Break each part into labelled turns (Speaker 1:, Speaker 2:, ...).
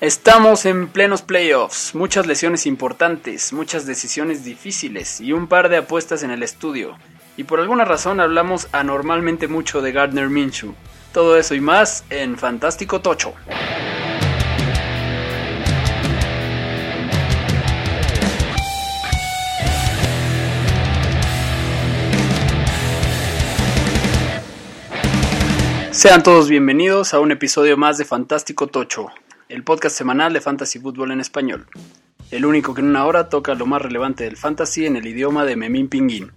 Speaker 1: Estamos en plenos playoffs, muchas lesiones importantes, muchas decisiones difíciles y un par de apuestas en el estudio. Y por alguna razón hablamos anormalmente mucho de Gardner Minshew. Todo eso y más en Fantástico Tocho. Sean todos bienvenidos a un episodio más de Fantástico Tocho, el podcast semanal de Fantasy Fútbol en español. El único que en una hora toca lo más relevante del fantasy en el idioma de Memín Pinguín.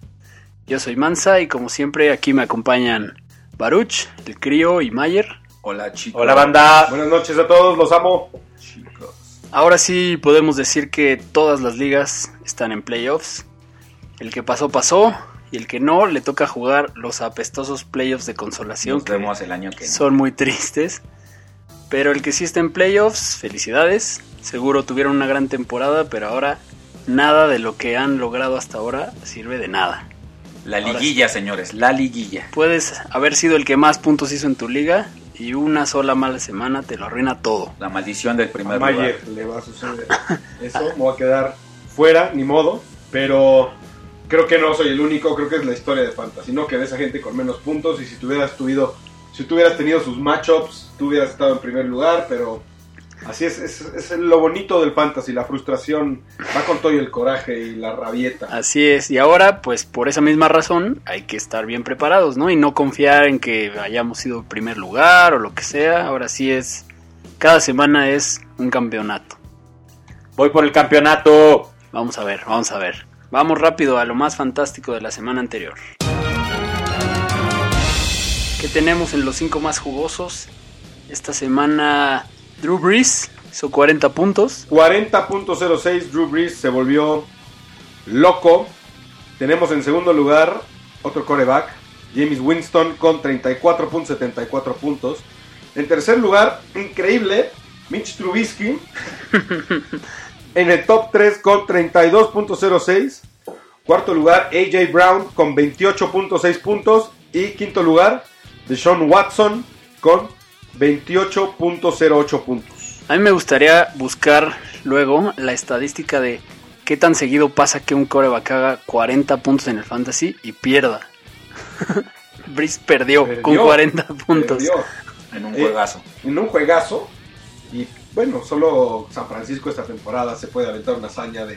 Speaker 1: Yo soy Mansa y como siempre aquí me acompañan Baruch, el crío y Mayer.
Speaker 2: Hola chicos.
Speaker 3: Hola banda.
Speaker 2: Buenas noches a todos, los amo. Chicos.
Speaker 1: Ahora sí podemos decir que todas las ligas están en playoffs. El que pasó pasó y el que no le toca jugar los apestosos playoffs de consolación
Speaker 3: Nos
Speaker 1: que
Speaker 3: vemos el año que
Speaker 1: son muy tristes. Pero el que sí está en playoffs, felicidades. Seguro tuvieron una gran temporada, pero ahora nada de lo que han logrado hasta ahora sirve de nada.
Speaker 3: La liguilla, señores, la liguilla.
Speaker 1: Puedes haber sido el que más puntos hizo en tu liga y una sola mala semana te lo arruina todo.
Speaker 3: La maldición del
Speaker 2: A
Speaker 3: primer lugar.
Speaker 2: Mayer le va a suceder eso, me va a quedar fuera, ni modo, pero creo que no soy el único, creo que es la historia de Fantasy, no que ves a gente con menos puntos y si tuvieras tuvido, si tuvieras tenido sus matchups, tú hubieras estado en primer lugar, pero así es, es, es lo bonito del Fantasy, la frustración, va con todo y el coraje y la rabieta.
Speaker 1: Así es, y ahora pues por esa misma razón hay que estar bien preparados, ¿no? Y no confiar en que hayamos sido primer lugar o lo que sea. Ahora sí es, cada semana es un campeonato.
Speaker 3: Voy por el campeonato.
Speaker 1: Vamos a ver, vamos a ver. Vamos rápido a lo más fantástico de la semana anterior. ¿Qué tenemos en los cinco más jugosos? Esta semana Drew Brees hizo 40 puntos.
Speaker 2: 40.06 Drew Brees se volvió loco. Tenemos en segundo lugar otro coreback, James Winston con 34.74 puntos. En tercer lugar, increíble, Mitch Trubisky en el top 3 con 32.06. Cuarto lugar, AJ Brown con 28.6 puntos. Y quinto lugar, Deshaun Watson con 28.08 puntos.
Speaker 1: A mí me gustaría buscar luego la estadística de qué tan seguido pasa que un coreback haga 40 puntos en el fantasy y pierda. Brees perdió, con
Speaker 2: Perdió,
Speaker 1: 40 puntos.
Speaker 2: Perdió.
Speaker 3: En un
Speaker 2: Eh.
Speaker 3: juegazo.
Speaker 2: en un juegazo. Y bueno, solo San Francisco esta temporada se puede aventar una hazaña de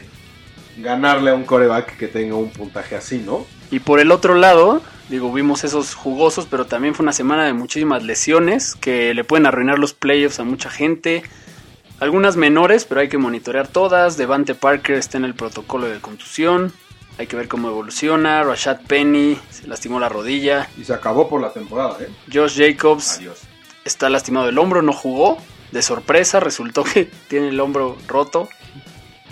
Speaker 2: ganarle a un coreback que tenga un puntaje así, ¿no?
Speaker 1: Y por el otro lado, digo, vimos esos jugosos, pero también fue una semana de muchísimas lesiones que le pueden arruinar los playoffs a mucha gente. Algunas menores, pero hay que monitorear todas. Devante Parker está en el protocolo de contusión. Hay que ver cómo evoluciona. Rashad Penny se lastimó la rodilla.
Speaker 2: Y se acabó por la temporada, ¿eh?
Speaker 1: Josh Jacobs
Speaker 3: Adiós.
Speaker 1: está lastimado del hombro, no jugó. De sorpresa, resultó que tiene el hombro roto.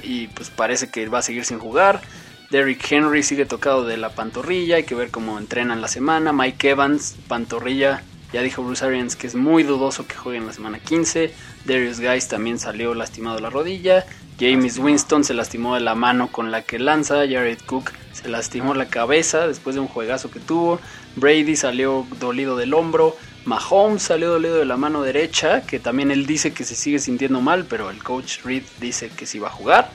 Speaker 1: Y pues parece que va a seguir sin jugar. Derrick Henry sigue tocado de la pantorrilla. Hay que ver cómo entrenan la semana. Mike Evans, pantorrilla. Ya dijo Bruce Arians que es muy dudoso que juegue en la semana 15. Darius Guys también salió lastimado de la rodilla. James Winston se lastimó de la mano con la que lanza. Jared Cook se lastimó la cabeza después de un juegazo que tuvo. Brady salió dolido del hombro. Mahomes salió dolido de la mano derecha, que también él dice que se sigue sintiendo mal, pero el coach Reed dice que sí va a jugar.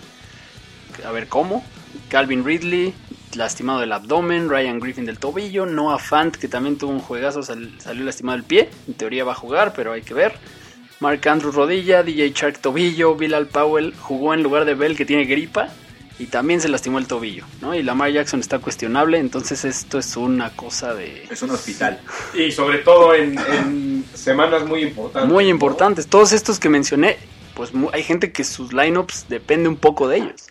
Speaker 1: A ver cómo. Calvin Ridley, lastimado del abdomen. Ryan Griffin del tobillo. Noah Fant, que también tuvo un juegazo, sal- salió lastimado del pie. En teoría va a jugar, pero hay que ver. Mark Andrews rodilla, DJ Shark tobillo, Bilal Powell jugó en lugar de Bell que tiene gripa y también se lastimó el tobillo, ¿no? Y Lamar Jackson está cuestionable, entonces esto es una cosa de
Speaker 3: Es un hospital.
Speaker 2: Y sobre todo en, en semanas muy importantes.
Speaker 1: muy
Speaker 2: ¿no?
Speaker 1: importantes. Todos estos que mencioné, pues mu- hay gente que sus lineups depende un poco de ellos.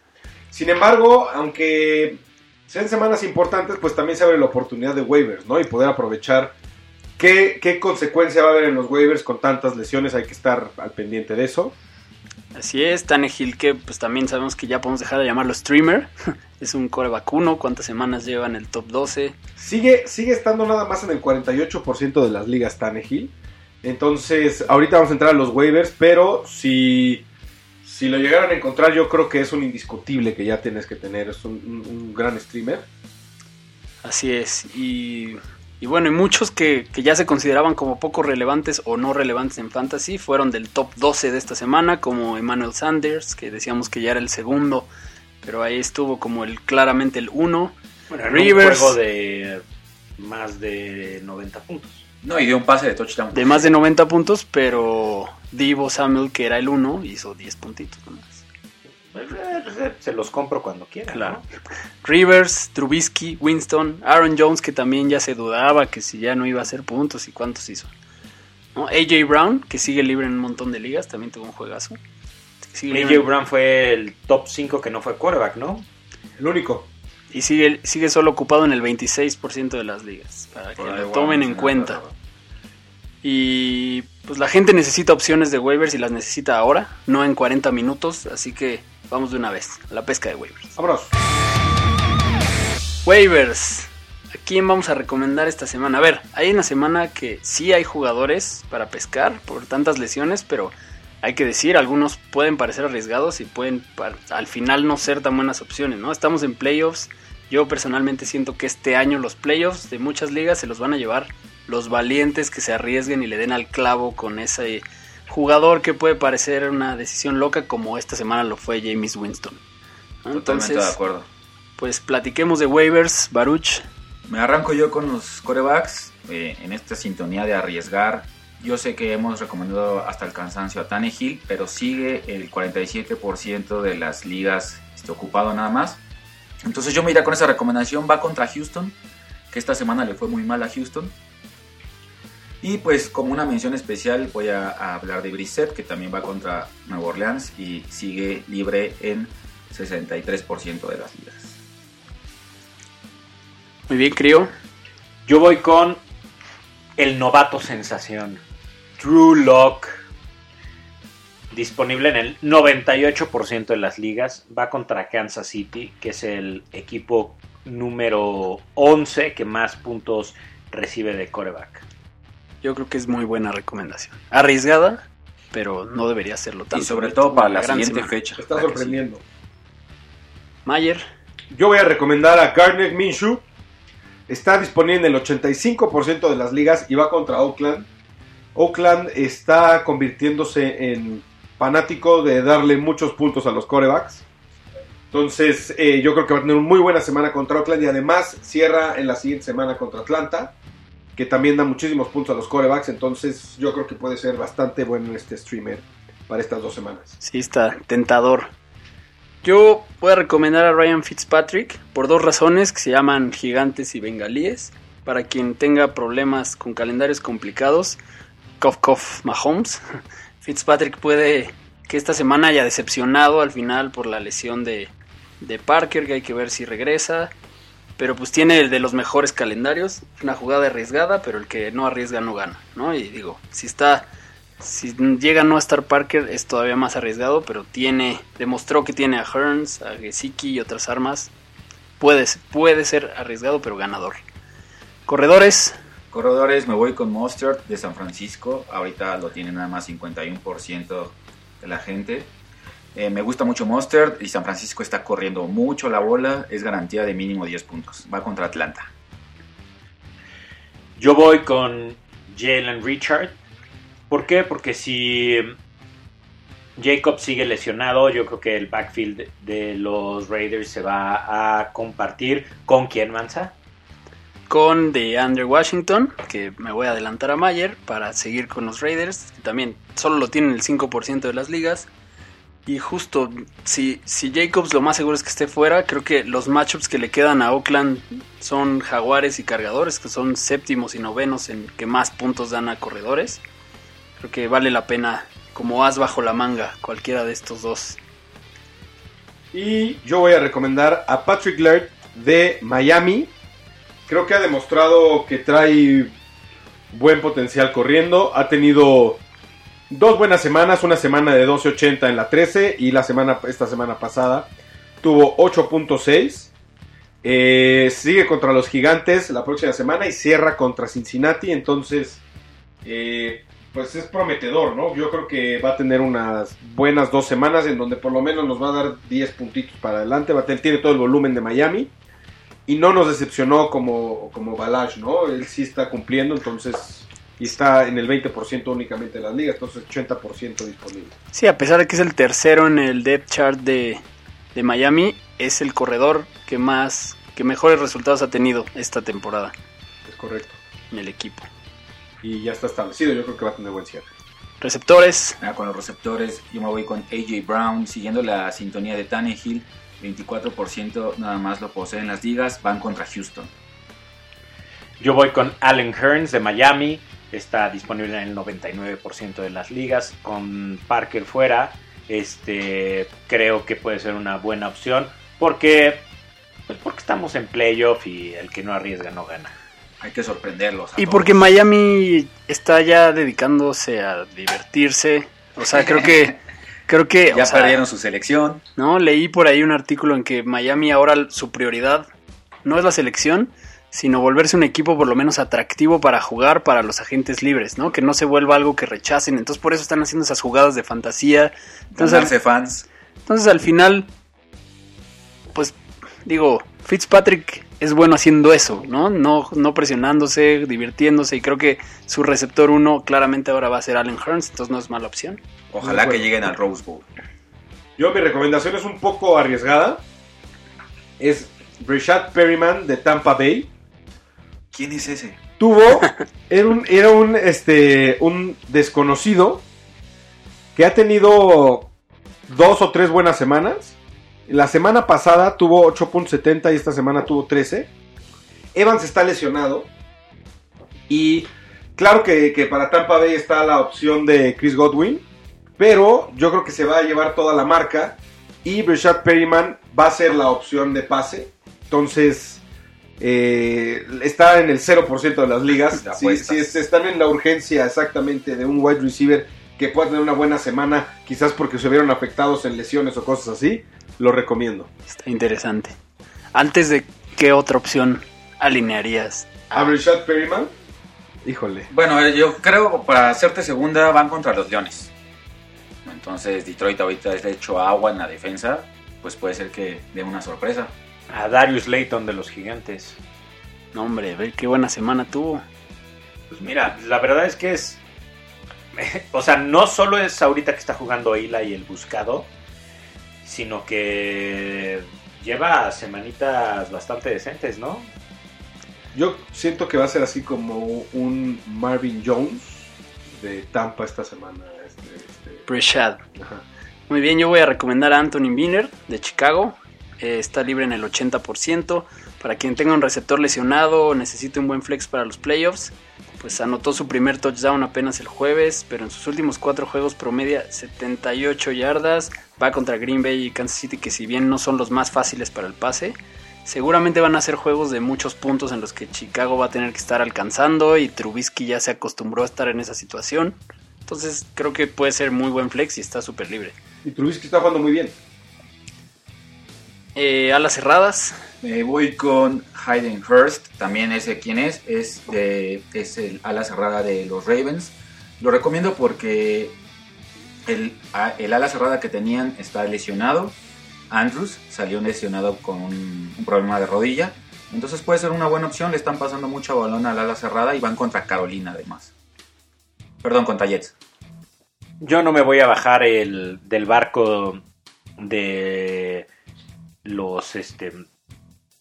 Speaker 2: Sin embargo, aunque sean semanas importantes, pues también se abre la oportunidad de waivers, ¿no? Y poder aprovechar qué, qué consecuencia va a haber en los waivers con tantas lesiones. Hay que estar al pendiente de eso.
Speaker 1: Así es, Tannehill, que pues también sabemos que ya podemos dejar de llamarlo streamer. es un core vacuno, cuántas semanas lleva en el top 12.
Speaker 2: Sigue, sigue estando nada más en el 48% de las ligas Tannehill. Entonces, ahorita vamos a entrar a los waivers, pero si, si lo llegaron a encontrar, yo creo que es un indiscutible que ya tienes que tener. Es un, un- un gran streamer.
Speaker 1: Así es, y Y bueno, y muchos que, que ya se consideraban como poco relevantes o no relevantes en fantasy fueron del top 12 de esta semana, como Emmanuel Sanders, que decíamos que ya era el segundo, pero ahí estuvo como el claramente el 1.
Speaker 4: Bueno, era
Speaker 1: Rivers.
Speaker 4: un juego de más de 90 puntos.
Speaker 3: No, y dio un pase de touchdown.
Speaker 1: de más de 90 puntos, pero Divo Samuel, que era el 1, hizo 10 puntitos nomás.
Speaker 4: Eh, Se los compro cuando quieran.
Speaker 1: Claro. Rivers, Trubisky, Winston, Aaron Jones, que también ya se dudaba que si ya no iba a hacer puntos y cuántos hizo. ¿No? AJ Brown, que sigue libre en un montón de ligas, también tuvo un juegazo. Sigue
Speaker 4: ¿no?
Speaker 1: libre-
Speaker 4: AJ Brown fue el top 5 que no fue quarterback, ¿no?
Speaker 2: El único.
Speaker 1: Y sigue, sigue solo ocupado en el 26% de las ligas, para que
Speaker 3: Por ahí
Speaker 1: lo
Speaker 3: vamos,
Speaker 1: tomen en
Speaker 3: señor.
Speaker 1: cuenta. Y pues la gente necesita opciones de waivers y las necesita ahora, no en 40 minutos, así que vamos de una vez a la pesca de waivers.
Speaker 2: Vámonos.
Speaker 1: Waivers. ¿A quién vamos a recomendar esta semana? A ver, hay una semana que sí hay jugadores para pescar por tantas lesiones, pero hay que decir, algunos pueden parecer arriesgados y pueden par- al final no ser tan buenas opciones, ¿no? Estamos en playoffs. Yo personalmente siento que este año los playoffs de muchas ligas se los van a llevar los valientes que se arriesguen y le den al clavo con ese jugador que puede parecer una decisión loca como esta semana lo fue James Winston. ¿no?
Speaker 3: Totalmente de acuerdo.
Speaker 1: Pues platiquemos de waivers, Baruch.
Speaker 3: Me arranco yo con los corebacks eh, en esta sintonía de arriesgar. Yo sé que hemos recomendado hasta el cansancio a Tannehill, pero sigue el 47% de las ligas este, ocupado nada más. Entonces yo me iré con esa recomendación. Va contra Houston, que esta semana le fue muy mal a Houston. Y pues como una mención especial voy a, a hablar de Brissett, que también va contra Nueva Orleans y sigue libre en 63% de las ligas.
Speaker 1: Muy bien, Crío.
Speaker 4: Yo voy con el novato sensación, Drew Lock. Disponible en el 98% de las ligas. Va contra Kansas City, que es el equipo número 11 que más puntos recibe de coreback.
Speaker 1: Yo creo que es muy buena recomendación. Arriesgada, pero no debería hacerlo tanto.
Speaker 3: Y sobre todo para la
Speaker 1: Gran
Speaker 3: siguiente
Speaker 1: semana.
Speaker 3: fecha.
Speaker 2: Te está
Speaker 3: Para Ah, que
Speaker 2: sorprendiendo.
Speaker 1: Mayer,
Speaker 2: Yo voy a recomendar a Garnet Minshew. Está disponible en el 85% de las ligas y va contra Oakland. Oakland está convirtiéndose en fanático de darle muchos puntos a los corebacks. Entonces, eh, yo creo que va a tener una muy buena semana contra Oakland y además cierra en la siguiente semana contra Atlanta, que también da muchísimos puntos a los corebacks. Entonces, yo creo que puede ser bastante bueno este streamer para estas dos semanas.
Speaker 1: sí está tentador. Yo voy a recomendar a Ryan Fitzpatrick por dos razones que se llaman gigantes y bengalíes. Para quien tenga problemas con calendarios complicados, cough cough Mahomes. Fitzpatrick puede que esta semana haya decepcionado al final por la lesión de, de Parker, que hay que ver si regresa. Pero pues tiene el de los mejores calendarios, una jugada arriesgada, pero el que no arriesga no gana, ¿no? Y digo, si está, si llega a no estar Parker es todavía más arriesgado, pero tiene, demostró que tiene a Hearns, a Gesicki y otras armas. Puede, puede ser arriesgado, pero ganador. Corredores,
Speaker 3: Corredores, me voy con Mustard de San Francisco. Ahorita lo tiene nada más 51% de la gente. Eh, me gusta mucho Mustard y San Francisco está corriendo mucho la bola. Es garantía de mínimo 10 puntos. Va contra Atlanta.
Speaker 4: Yo voy con Jalen Richard. ¿Por qué? Porque si em, Jacob sigue lesionado, yo creo que el backfield de los Raiders se va a compartir con quién, Mansa.
Speaker 1: con de Andrew Washington, que me voy a adelantar a Mayer para seguir con los Raiders, que también solo lo tienen el 5% de las ligas. Y justo, si, si Jacobs lo más seguro es que esté fuera, creo que los matchups que le quedan a Oakland son jaguares y cargadores, que son séptimos y novenos en que más puntos dan a corredores. Creo que vale la pena, como as bajo la manga, cualquiera de estos dos.
Speaker 2: Y yo voy a recomendar a Patrick Laird de Miami. Creo que ha demostrado que trae buen potencial corriendo. Ha tenido dos buenas semanas, una semana de 12.80 en la 13 y la semana, esta semana pasada tuvo 8.6. Eh, sigue contra los gigantes la próxima semana y cierra contra Cincinnati. Entonces, eh, pues es prometedor, ¿no? Yo creo que va a tener unas buenas dos semanas en donde por lo menos nos va a dar 10 puntitos para adelante. Va a tener, tiene todo el volumen de Miami. y no nos decepcionó como, como Balash, ¿no? Él sí está cumpliendo, entonces, y está en el 20% únicamente de las ligas, entonces 80% disponible.
Speaker 1: Sí, a pesar de que es el tercero en el depth chart de, de Miami, es el corredor que más, que mejores resultados ha tenido esta temporada
Speaker 2: Es correcto.
Speaker 1: en el equipo.
Speaker 2: Y ya está establecido, yo creo que va a tener buen cierre.
Speaker 1: Receptores,
Speaker 3: Ah, con los receptores, yo me voy con AJ Brown, siguiendo la sintonía de Tannehill, 24% nada más lo poseen las ligas, van contra Houston.
Speaker 4: Yo voy con Allen Hearns de Miami. Está disponible en el 99% de las ligas. Con Parker fuera, este, creo que puede ser una buena opción. Porque, pues porque estamos en playoff y el que no arriesga no gana.
Speaker 3: Hay que sorprenderlos. a
Speaker 1: y
Speaker 3: todos.
Speaker 1: porque Miami está ya dedicándose a divertirse, o sea, creo que, creo que, o
Speaker 3: ya
Speaker 1: sea,
Speaker 3: perdieron su selección.
Speaker 1: ¿no? Leí por ahí un artículo en que Miami ahora su prioridad no es la selección, sino volverse un equipo por lo menos atractivo para jugar para los agentes libres, ¿no? Que no se vuelva algo que rechacen. Entonces por eso están haciendo esas jugadas de fantasía. Entonces,
Speaker 3: Ganarse fans.
Speaker 1: entonces al final, pues digo, Fitzpatrick es bueno haciendo eso, ¿no? No, no presionándose, divirtiéndose y creo que su receptor uno claramente ahora va a ser Allen Hearns, entonces no es mala opción.
Speaker 3: Ojalá
Speaker 2: Muy
Speaker 3: que
Speaker 2: bueno.
Speaker 3: lleguen al Rose Bowl.
Speaker 2: Yo mi recomendación es un poco arriesgada. Es Rashad Perryman de Tampa Bay.
Speaker 3: ¿Quién es ese?
Speaker 2: Tuvo, era un, era un, este, un desconocido que ha tenido dos o tres buenas semanas. La semana pasada tuvo 8.70 y esta semana tuvo 13. Evans está lesionado. Y claro que, que para Tampa Bay está la opción de Chris Godwin. Pero yo creo que se va a llevar toda la marca. Y Breshad Perryman va a ser la opción de pase. Entonces, eh, está en el 0% de las ligas.
Speaker 3: De
Speaker 2: Si,
Speaker 3: apuestas.
Speaker 2: si es- están en la urgencia exactamente de un wide receiver que pueda tener una buena semana, quizás porque se vieron afectados en lesiones o cosas así, lo recomiendo.
Speaker 1: Está interesante. Antes de qué otra opción alinearías.
Speaker 2: A Breshad Perryman, híjole.
Speaker 3: Bueno, eh, yo creo para hacerte segunda van contra los Leones. Entonces Detroit ahorita es de hecho agua en la defensa, pues puede ser que dé una sorpresa.
Speaker 4: A Darius Layton de los Gigantes.
Speaker 1: No, hombre, ve qué buena semana tuvo.
Speaker 4: Pues mira, la verdad es que es. O sea, no solo es ahorita que está jugando Hila y el buscado, sino que lleva semanitas bastante decentes, ¿no?
Speaker 2: Yo siento que va a ser así como un Marvin Jones de Tampa esta semana. este, este,
Speaker 1: Breshad.
Speaker 2: ajá.
Speaker 1: Muy bien, yo voy a recomendar a Anthony Biner de Chicago. Eh, está libre en el 80%. Para quien tenga un receptor lesionado o necesite un buen flex para los playoffs, pues anotó su primer touchdown apenas el jueves, pero en sus últimos cuatro juegos promedia 78 yardas. Va contra Green Bay y Kansas City, que si bien no son los más fáciles para el pase, seguramente van a ser juegos de muchos puntos en los que Chicago va a tener que estar alcanzando y Trubisky ya se acostumbró a estar en esa situación. Entonces creo que puede ser muy buen flex y está súper libre.
Speaker 2: Y Trubisky está jugando muy bien.
Speaker 1: Eh, alas cerradas.
Speaker 3: Me voy con Hayden Hurst, también ese quién es, es, de, es el ala cerrada de los Ravens. Lo recomiendo porque el, a- el ala cerrada que tenían está lesionado. Andrews salió lesionado con un, un problema de rodilla. Entonces puede ser una buena opción, le están pasando mucho balón al ala cerrada y van contra Carolina además. Perdón, contra Jets.
Speaker 4: Yo no me voy a bajar el, del barco de los este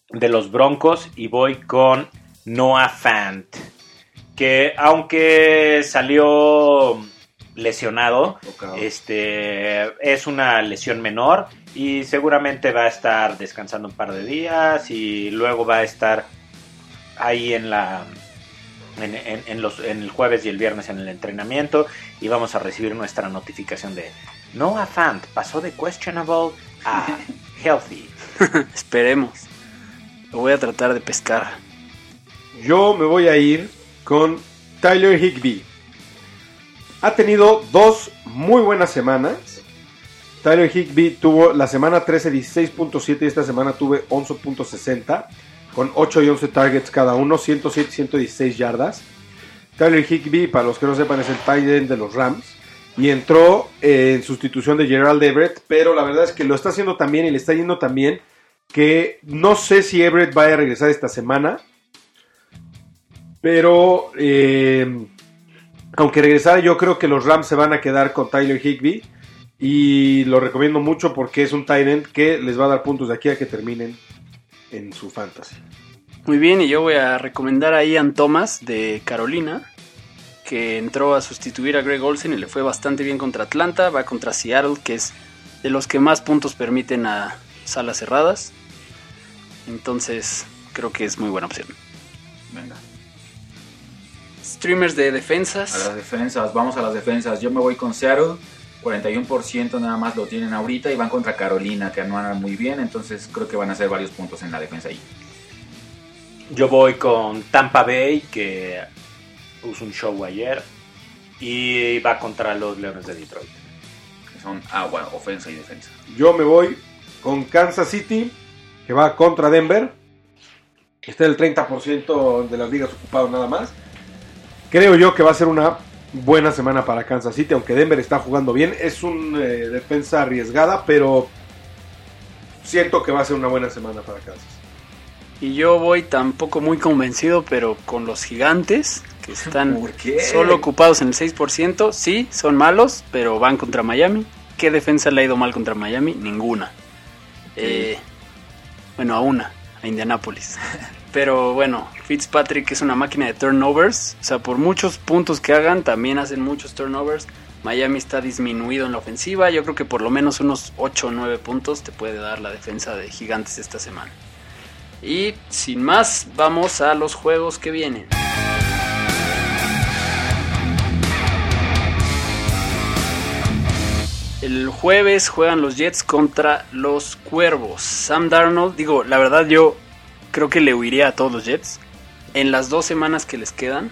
Speaker 4: de los Broncos y voy con Noah Fant, que aunque salió lesionado,
Speaker 2: Tocado.
Speaker 4: este es una lesión menor y seguramente va a estar descansando un par de días y luego va a estar ahí en la en, en- en los, en el jueves y el viernes en el entrenamiento y vamos a recibir nuestra notificación de Noah Fant pasó de questionable a healthy.
Speaker 1: Esperemos. Lo voy a tratar de pescar.
Speaker 2: Yo me voy a ir con Tyler Higbee. Ha tenido dos muy buenas semanas. Tyler Higbee tuvo la semana 13 16.7 y esta semana tuve 11.60 con 8 y 11 targets cada uno, 107 116 yardas. Tyler Higbee, para los que no sepan, es el tight end de los Rams y entró eh, en sustitución de Gerald Everett, pero la verdad es que lo está haciendo también y le está yendo también que no sé si Everett vaya a regresar esta semana, pero eh, aunque regresara yo creo que los Rams se van a quedar con Tyler Higby y lo recomiendo mucho porque es un tight end que les va a dar puntos de aquí a que terminen en su fantasy.
Speaker 1: Muy bien, y yo voy a recomendar a Ian Thomas de Carolina, que entró a sustituir a Greg Olsen y le fue bastante bien contra Atlanta, va contra Seattle, que es de los que más puntos permiten a salas cerradas. Entonces, creo que es muy buena opción.
Speaker 3: Venga.
Speaker 1: Streamers de
Speaker 3: A
Speaker 1: defensas.
Speaker 3: las defensas, vamos a las defensas. Yo me voy con Seattle. 41% nada más lo tienen ahorita y van contra Carolina, que no andan muy bien. Entonces creo que van a hacer varios puntos en la defensa ahí.
Speaker 4: Yo voy con Tampa Bay, que puso un show ayer, y va contra los Leones de Detroit.
Speaker 3: que Son agua, ofensa y defensa.
Speaker 2: Yo me voy con Kansas City, que va contra Denver. Está el 30% de las ligas ocupado nada más. Creo yo que va a ser una buena semana para Kansas City, aunque Denver está jugando bien. Es una defensa arriesgada, pero siento que va a ser una buena semana para Kansas.
Speaker 1: Y yo voy tampoco muy convencido, pero con los gigantes, que están
Speaker 3: ¿Por qué?
Speaker 1: solo ocupados en el 6%. Sí, son malos, pero van contra Miami. ¿Qué defensa le ha ido mal contra Miami? Ninguna. Eh, bueno, a una, a Indianapolis. Pero bueno, Fitzpatrick es una máquina de turnovers. O sea, por muchos puntos que hagan, también hacen muchos turnovers. Miami está disminuido en la ofensiva. Yo creo que por lo menos unos 8 o 9 puntos te puede dar la defensa de Gigantes esta semana. Y sin más, vamos a los juegos que vienen. El jueves juegan los Jets contra los Cuervos. Sam Darnold, digo, la verdad yo creo que le huiría a todos los Jets. En las dos semanas que les quedan,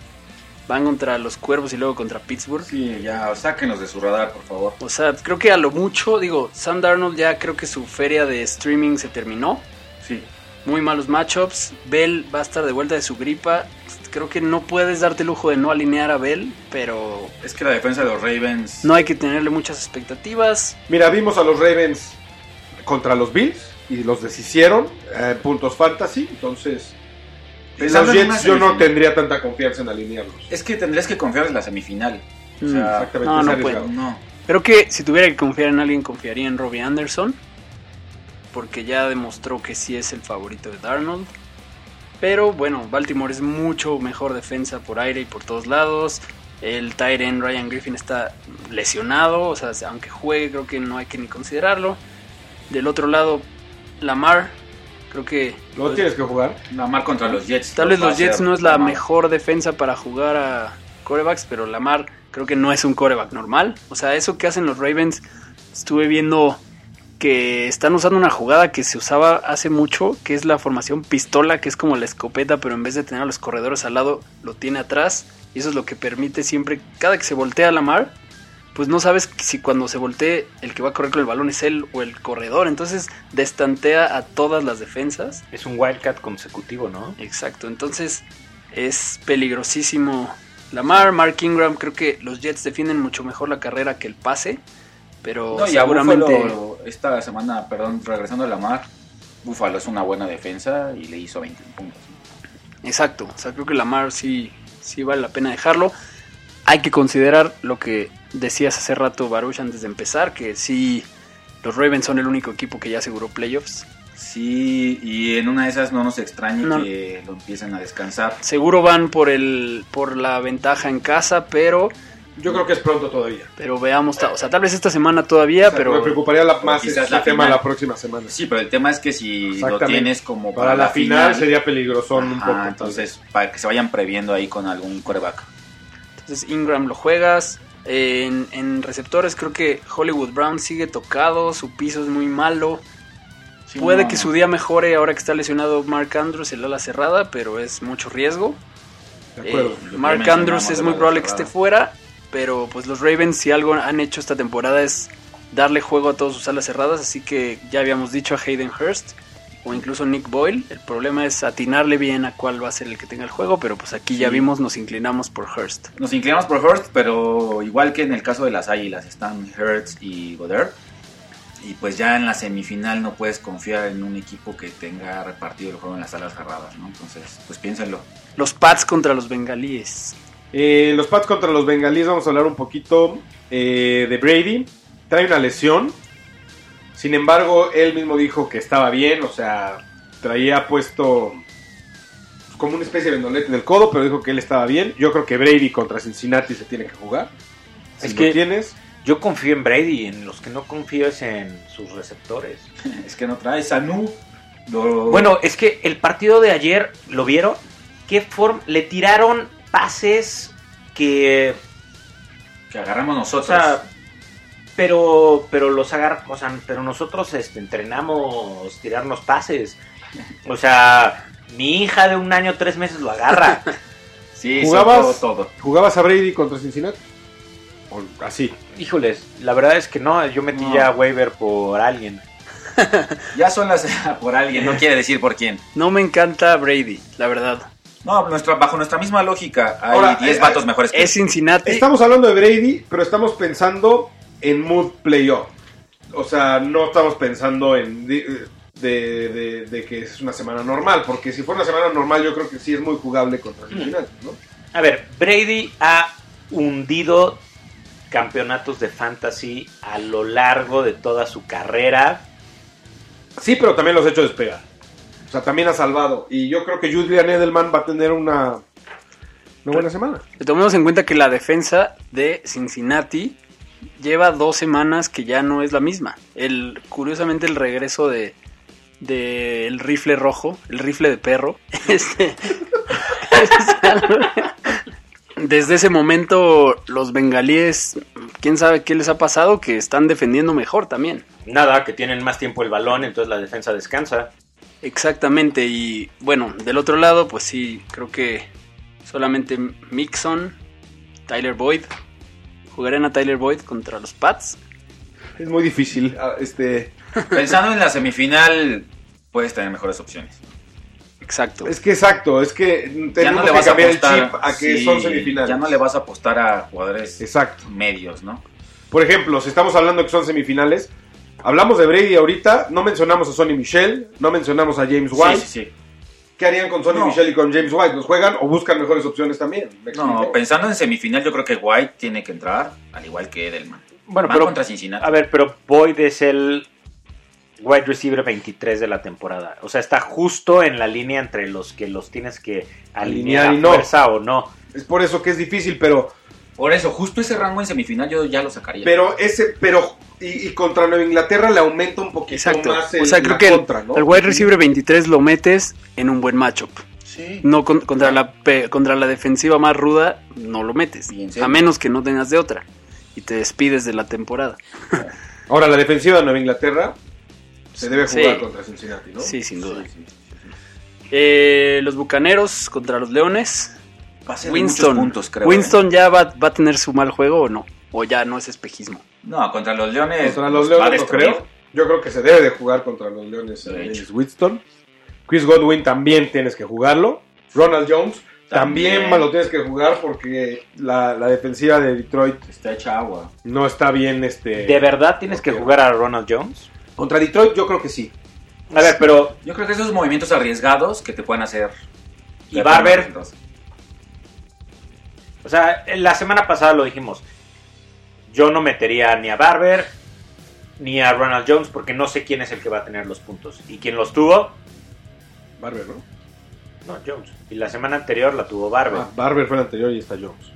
Speaker 1: van contra los Cuervos y luego contra Pittsburgh.
Speaker 3: Sí, ya, sáquenos de su radar, por favor.
Speaker 1: O sea, creo que a lo mucho, digo, Sam Darnold ya creo que su feria de streaming se terminó.
Speaker 3: Sí.
Speaker 1: Muy malos matchups. Bell va a estar de vuelta de su gripa. Creo que no puedes darte el lujo de no alinear a Bell, pero
Speaker 3: Es que la defensa de los Ravens.
Speaker 1: no hay que tenerle muchas expectativas.
Speaker 2: Mira, vimos a los Ravens contra los Bills y los deshicieron eh, puntos fantasy, entonces... En
Speaker 3: Salgan
Speaker 2: los
Speaker 3: una
Speaker 2: Jets yo no
Speaker 3: semifinal.
Speaker 2: tendría tanta confianza en alinearlos.
Speaker 3: Es que tendrías que confiar en la semifinal. O
Speaker 1: Mm,
Speaker 3: sea,
Speaker 2: Exactamente.
Speaker 1: no,
Speaker 2: es
Speaker 1: no
Speaker 2: arriesgado.
Speaker 3: no.
Speaker 1: Creo que si tuviera que confiar en alguien, confiaría en Robbie Anderson. Porque ya demostró que sí es el favorito de Darnold. Pero bueno, Baltimore es mucho mejor defensa por aire y por todos lados. El Tyren Ryan Griffin está lesionado. O sea, aunque juegue, creo que no hay que ni considerarlo. Del otro lado, Lamar. Creo que
Speaker 2: Lo
Speaker 1: pues,
Speaker 2: tienes que jugar.
Speaker 3: Lamar contra los Jets.
Speaker 1: Tal vez
Speaker 3: va a
Speaker 1: los Jets
Speaker 3: hacer
Speaker 1: no es la
Speaker 3: Lamar.
Speaker 1: mejor defensa para jugar a corebacks, pero Lamar creo que no es un coreback normal. O sea, eso que hacen los Ravens, estuve viendo que están usando una jugada que se usaba hace mucho, que es la formación pistola, que es como la escopeta, pero en vez de tener a los corredores al lado, lo tiene atrás. Y eso es lo que permite siempre, cada que se voltea Lamar, pues no sabes si cuando se voltee el que va a correr con el balón es él o el corredor. Entonces destantea a todas las defensas.
Speaker 4: Es un Wildcat consecutivo, ¿no?
Speaker 1: Exacto, entonces es peligrosísimo Lamar, Mark Ingram, creo que los Jets defienden mucho mejor la carrera que el pase, pero
Speaker 3: No, y seguramente.
Speaker 1: seguramente
Speaker 3: esta semana, perdón, regresando a Lamar, Búfalo es una buena defensa y le hizo 21 puntos.
Speaker 1: Exacto, o sea, creo que Lamar sí sí vale la pena dejarlo. Hay que considerar lo que decías hace rato Baruch antes de empezar, que sí los Ravens son el único equipo que ya aseguró playoffs.
Speaker 3: Sí, y en una de esas no nos extrañe
Speaker 1: No.
Speaker 3: que lo empiecen a descansar.
Speaker 1: Seguro van por el por la ventaja en casa, pero
Speaker 2: Yo creo que es pronto todavía.
Speaker 1: pero veamos, ta- o sea, tal vez esta semana todavía,
Speaker 2: O sea, me
Speaker 1: pero
Speaker 2: preocuparía la- más
Speaker 3: quizás
Speaker 2: este
Speaker 3: la
Speaker 2: tema
Speaker 3: final.
Speaker 2: la próxima semana.
Speaker 3: Sí, pero el tema es que si lo
Speaker 2: Exactamente.
Speaker 3: tienes como
Speaker 2: Para, la, final, sería peligroso un
Speaker 3: Ajá,
Speaker 2: poco.
Speaker 3: entonces, para que se vayan previendo ahí con algún coreback.
Speaker 1: Entonces Ingram lo juegas. En, en receptores creo que Hollywood Brown sigue tocado, su piso es muy malo.
Speaker 3: Sí,
Speaker 1: Puede
Speaker 3: no,
Speaker 1: que su día mejore ahora que está lesionado Mark Andrews, el ala cerrada, pero es mucho riesgo.
Speaker 2: de acuerdo.
Speaker 1: Eh,
Speaker 3: lo que
Speaker 1: Mark
Speaker 3: mencionamos
Speaker 1: Andrews
Speaker 3: de
Speaker 1: es
Speaker 3: la
Speaker 1: muy
Speaker 3: ala
Speaker 1: probable que esté
Speaker 3: cerrada.
Speaker 1: fuera, pero pues los Ravens si algo han hecho esta temporada es darle juego a todas sus alas cerradas, así que ya habíamos dicho a Hayden Hurst o incluso Nick Boyle, el problema es atinarle bien a cuál va a ser el que tenga el juego, pero pues aquí ya
Speaker 3: Sí.
Speaker 1: vimos, nos inclinamos por Hurst.
Speaker 3: Nos inclinamos por Hurst, pero igual que en el caso de las Águilas, están Hurts y Goddard. Y pues ya en la semifinal no puedes confiar en un equipo que tenga repartido el juego en las alas cerradas, ¿no? Entonces, pues piénsenlo.
Speaker 1: Los Pats contra los Bengalíes.
Speaker 2: Eh, los Pats contra los Bengalíes, vamos a hablar un poquito eh, de Brady. Trae una lesión. Sin embargo, él mismo dijo que estaba bien, o sea, traía puesto pues, como una especie de vendolete en el codo, pero dijo que él estaba bien. Yo creo que Brady contra Cincinnati se tiene que jugar. Si
Speaker 4: Es
Speaker 2: lo
Speaker 4: que-
Speaker 2: tienes,
Speaker 4: Yo confío en Brady, en los que no confío es en sus receptores.
Speaker 3: Es que no trae Sanu. lo-
Speaker 4: Bueno, es que el partido de ayer, ¿lo vieron? ¿Qué forma? Le tiraron pases que.
Speaker 3: que agarramos
Speaker 4: O
Speaker 3: nosotros.
Speaker 4: sea. Pero, pero los agar, o sea, pero nosotros este, entrenamos tirarnos pases. O sea, mi hija de un año, tres meses lo agarra.
Speaker 3: sí,
Speaker 2: ¿jugabas?
Speaker 3: jugabas todo, todo.
Speaker 2: ¿jugabas a Brady contra Cincinnati? O así.
Speaker 4: Híjoles, la verdad es que no, yo metí
Speaker 3: No.
Speaker 4: ya waiver por alguien.
Speaker 3: Ya son las por alguien, no quiere decir por quién.
Speaker 1: No me encanta Brady, la verdad.
Speaker 3: No, nuestra, bajo nuestra misma lógica,
Speaker 2: Ahora,
Speaker 3: hay 10
Speaker 2: eh,
Speaker 3: vatos
Speaker 2: eh,
Speaker 3: mejores que
Speaker 1: Es Cincinnati.
Speaker 2: Estamos hablando de Brady, pero estamos pensando en mood playoff. O sea, no estamos pensando en di- de, de- de que es una semana normal, porque si fuera una semana normal yo creo que sí es muy jugable contra Cincinnati, ¿no?
Speaker 4: A ver, Brady ha hundido campeonatos de fantasy a lo largo de toda su carrera.
Speaker 2: Sí, pero también los he hecho despegar. O sea, también ha salvado. Y yo creo que Julian Edelman va a tener una, una buena semana.
Speaker 1: Tomemos en cuenta que la defensa de Cincinnati lleva dos semanas que ya no es la misma. El, curiosamente el regreso de del rifle rojo, el rifle de perro. este, es algo- desde ese momento los bengalíes, quién sabe qué les ha pasado, que están defendiendo mejor también.
Speaker 4: Nada, que tienen más tiempo el balón, entonces la defensa descansa.
Speaker 1: Exactamente, y bueno, del otro lado, pues sí, creo que solamente Mixon, Tyler Boyd, jugarán a Tyler Boyd contra los Pats.
Speaker 2: Es muy difícil. ah, Este,
Speaker 3: Pensando en la semifinal, puedes tener mejores opciones.
Speaker 1: Exacto.
Speaker 2: es que exacto, es que tenemos
Speaker 3: ya no le
Speaker 2: que
Speaker 3: vas a
Speaker 2: cambiar el
Speaker 3: apostar
Speaker 2: chip a que
Speaker 3: sí,
Speaker 2: son semifinales.
Speaker 3: Ya no le vas a apostar a jugadores
Speaker 2: Exacto.
Speaker 3: medios, ¿no?
Speaker 2: Por ejemplo, si estamos hablando que son semifinales, hablamos de Brady ahorita, no mencionamos a Sonny Michel, no mencionamos a James White.
Speaker 3: Sí, sí, sí.
Speaker 2: ¿Qué harían con Sonny
Speaker 3: No.
Speaker 2: Michel y con James White? ¿Los juegan o buscan mejores opciones también? ¿Me
Speaker 3: No,
Speaker 2: explico?
Speaker 1: pues-
Speaker 3: pensando en semifinal, yo creo que White tiene que entrar, al igual que Edelman.
Speaker 4: Bueno,
Speaker 3: Van
Speaker 4: pero
Speaker 3: contra Cincinnati.
Speaker 4: a ver, pero Boyd es el wide receiver 23 de la temporada. O sea, está justo en la línea entre los que los tienes que alinear,
Speaker 2: Alinear y
Speaker 4: a
Speaker 2: no.
Speaker 4: fuerza o no.
Speaker 2: Es por eso que es difícil, pero,
Speaker 3: Por eso, justo ese rango en semifinal yo ya lo sacaría.
Speaker 2: pero ese, pero y, y contra Nueva Inglaterra le aumenta un poquito
Speaker 1: Exacto.
Speaker 2: más el,
Speaker 1: o sea, creo
Speaker 2: la
Speaker 1: que el-
Speaker 2: contra, ¿no?
Speaker 1: el wide receiver 23 lo metes en un buen matchup.
Speaker 3: sí.
Speaker 1: No con- contra la pe- contra la defensiva más ruda no lo metes,
Speaker 3: Bien, sí.
Speaker 1: a menos que no tengas de otra y te despides de la temporada.
Speaker 2: Ahora la defensiva de Nueva Inglaterra se debe
Speaker 1: Sí.
Speaker 2: jugar contra Cincinnati, ¿no?
Speaker 1: Sí, sin duda.
Speaker 2: sí, sí.
Speaker 1: Eh, los Bucaneros contra los Leones.
Speaker 3: Va a ser de muchos
Speaker 1: Winston,
Speaker 3: puntos, creo. ¿eh?
Speaker 1: Winston ya va, va a tener su mal juego o no, o ya no es espejismo.
Speaker 3: ¿eh? No, contra los Leones.
Speaker 2: Contra los
Speaker 3: Pues va a
Speaker 2: Leones, no
Speaker 3: destruir.
Speaker 2: creo. Yo creo que se debe de jugar contra los Leones
Speaker 3: De
Speaker 2: eh,
Speaker 3: hecho.
Speaker 2: Winston. Chris Godwin también tienes que jugarlo. Ronald Jones también,
Speaker 3: También.
Speaker 2: más lo tienes que jugar porque la, la defensiva de Detroit
Speaker 3: Está hecha agua.
Speaker 2: no está bien. Este,
Speaker 4: ¿De verdad tienes que
Speaker 2: ok.
Speaker 4: jugar a Ronald Jones?
Speaker 2: Contra Detroit yo creo que sí.
Speaker 4: A ver, pero
Speaker 3: Yo creo que esos movimientos arriesgados que te pueden hacer.
Speaker 4: Y Barber.
Speaker 3: Entonces,
Speaker 4: O sea, la semana pasada lo dijimos. Yo no metería ni a Barber ni a Ronald Jones porque no sé quién es el que va a tener los puntos. ¿Y quién los tuvo?
Speaker 2: Barber, ¿no?
Speaker 4: No, Jones. Y la semana anterior la tuvo Barber.
Speaker 2: Ah, Barber fue el anterior y está Jones.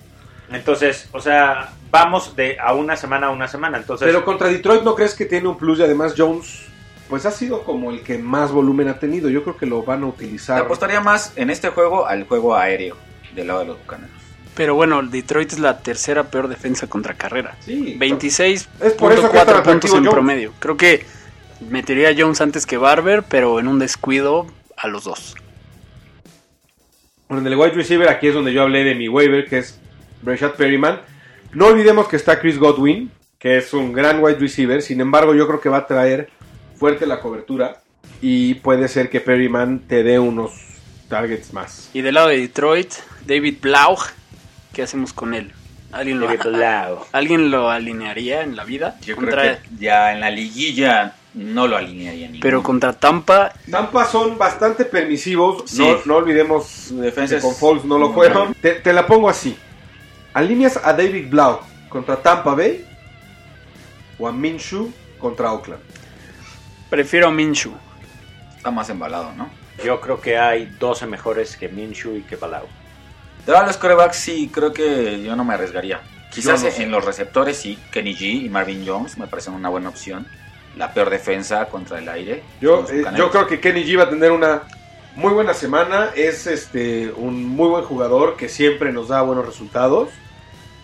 Speaker 4: Entonces, o sea, vamos de a una semana a una semana. Entonces,
Speaker 2: Pero contra Detroit no crees que tiene un plus y además Jones pues ha sido como el que más volumen ha tenido. Yo creo que lo van a
Speaker 3: te
Speaker 2: utilizar.
Speaker 3: apostaría más en este juego al juego aéreo del lado de los bucaneros.
Speaker 1: Pero bueno, el Detroit es la tercera peor defensa contra carrera.
Speaker 2: Sí,
Speaker 1: 26.4
Speaker 2: Es por eso que es tan
Speaker 1: puntos
Speaker 2: atractivo
Speaker 1: en
Speaker 2: Jones.
Speaker 1: promedio. Creo que metería a Jones antes que Barber, pero en un descuido a los dos.
Speaker 2: Bueno, en el wide receiver, aquí es donde yo hablé de mi waiver, que es Breshad Perryman. No olvidemos que está Chris Godwin, que es un gran wide receiver. Sin embargo, yo creo que va a traer fuerte la cobertura. Y puede ser que Perryman te dé unos targets más.
Speaker 1: Y del lado de Detroit, David Blau, ¿qué hacemos con él? ¿Alguien lo,
Speaker 4: David Blau.
Speaker 1: ¿alguien lo alinearía en la vida?
Speaker 3: Yo
Speaker 1: Contra-
Speaker 3: creo que ya en la liguilla no lo alinearía ninguno.
Speaker 1: Pero contra Tampa,
Speaker 2: Tampa son bastante permisivos.
Speaker 3: Sí. Mm.
Speaker 2: No, no olvidemos
Speaker 3: Su defensa
Speaker 2: que
Speaker 3: es-
Speaker 2: con Foles no lo fueron. Te, te la pongo así. ¿Alineas a David Blau contra Tampa Bay o a Minshew contra Oakland?
Speaker 1: prefiero a Minshew.
Speaker 3: Está más embalado, ¿no?
Speaker 4: Yo creo que hay 12 mejores que Minshew y que Palau.
Speaker 3: De verdad, los corebacks sí, creo que yo no me arriesgaría. Quizás
Speaker 2: Yo no
Speaker 3: en
Speaker 2: sé.
Speaker 3: los receptores sí, Kenny G y Marvin Jones me parecen una buena opción. La peor defensa contra el aire.
Speaker 2: Yo,
Speaker 3: Los
Speaker 2: eh,
Speaker 3: Bucaneros.
Speaker 2: yo creo que Kenny G va a tener una muy buena semana. Es este un muy buen jugador que siempre nos da buenos resultados.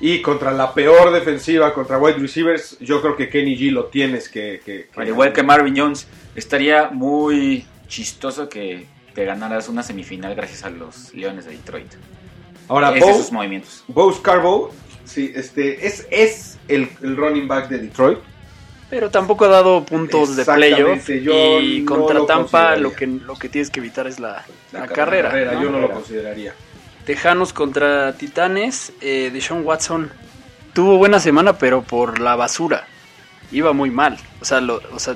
Speaker 2: Y contra la peor defensiva, contra wide receivers, yo creo que Kenny G lo tienes que... que- que-
Speaker 3: Al igual que Marvin Jones, estaría muy chistoso que te ganaras una semifinal gracias a los Leones de Detroit.
Speaker 2: Ahora,
Speaker 3: es de
Speaker 2: Bo,
Speaker 3: sus movimientos.
Speaker 2: Bo Scarborough, sí, este, es, es el, el running back de Detroit.
Speaker 1: Pero tampoco ha dado puntos de
Speaker 2: Exactamente,
Speaker 1: playoff.
Speaker 2: yo
Speaker 1: Y
Speaker 2: no
Speaker 1: contra
Speaker 2: lo
Speaker 1: Tampa
Speaker 2: consideraría.
Speaker 1: lo que, lo que tienes que evitar es la,
Speaker 3: La
Speaker 1: la carrera.
Speaker 3: carrera,
Speaker 2: Herrera,
Speaker 1: ¿no?
Speaker 2: yo no lo
Speaker 4: Herrera.
Speaker 2: consideraría.
Speaker 1: Tejanos contra Titanes, eh, Deshaun Watson tuvo buena semana, pero por la basura. Iba muy mal. O sea, lo- o sea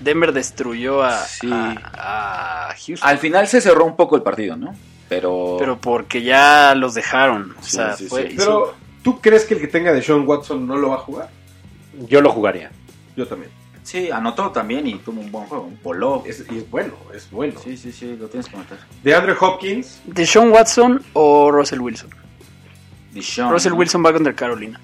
Speaker 1: Denver destruyó a,
Speaker 3: Sí.
Speaker 1: a- a Houston.
Speaker 3: Al final se cerró un poco el partido, ¿no? Pero,
Speaker 1: Pero porque ya los dejaron. O
Speaker 3: Sí,
Speaker 1: sea,
Speaker 3: sí,
Speaker 1: fue.
Speaker 3: sí.
Speaker 1: hizo-
Speaker 2: Pero, ¿tú crees que el que tenga de Sean Watson no lo va a jugar?
Speaker 4: Yo lo jugaría.
Speaker 2: Yo también.
Speaker 3: sí, anotó también y tuvo un buen juego. Voló.
Speaker 2: Es, y es bueno, es bueno.
Speaker 3: Sí, sí, sí, lo tienes que notar.
Speaker 2: De Andrew Hopkins,
Speaker 1: ¿Deshaun Watson o Russell Wilson?
Speaker 3: Deshaun,
Speaker 1: Russell
Speaker 3: ¿no?
Speaker 1: Wilson va contra Carolina.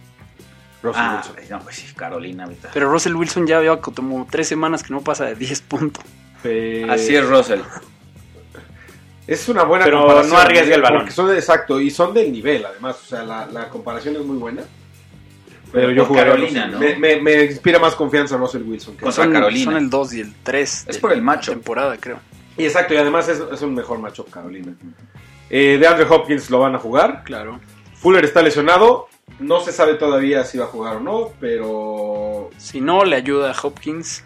Speaker 2: Russell
Speaker 3: Ah,
Speaker 2: Wilson.
Speaker 3: no, pues sí, Carolina ahorita.
Speaker 1: Pero Russell Wilson ya lleva como tres semanas que no pasa de 10 puntos.
Speaker 2: Pe-
Speaker 3: Así es, Russell.
Speaker 2: Es una buena
Speaker 4: Pero
Speaker 2: comparación.
Speaker 4: no arriesgue el
Speaker 2: porque
Speaker 4: balón.
Speaker 2: son de- exacto, y son del nivel, además. O sea, la, la comparación es muy buena.
Speaker 3: Pero por
Speaker 2: jugaría a
Speaker 3: Carolina,
Speaker 2: Russell.
Speaker 3: ¿no?
Speaker 2: Me, me- me inspira más confianza Russell Wilson. que-
Speaker 3: Con- Contra
Speaker 1: Son,
Speaker 3: Carolina.
Speaker 1: son el 2 y el 3.
Speaker 3: Es por el macho.
Speaker 1: temporada, creo.
Speaker 2: Y exacto, y además es, es un mejor macho Carolina. Eh, de Andrew Hopkins lo van a jugar.
Speaker 1: Claro.
Speaker 2: Fuller está lesionado. No se sabe todavía si va a jugar o no, pero
Speaker 1: Si no, le ayuda a Hopkins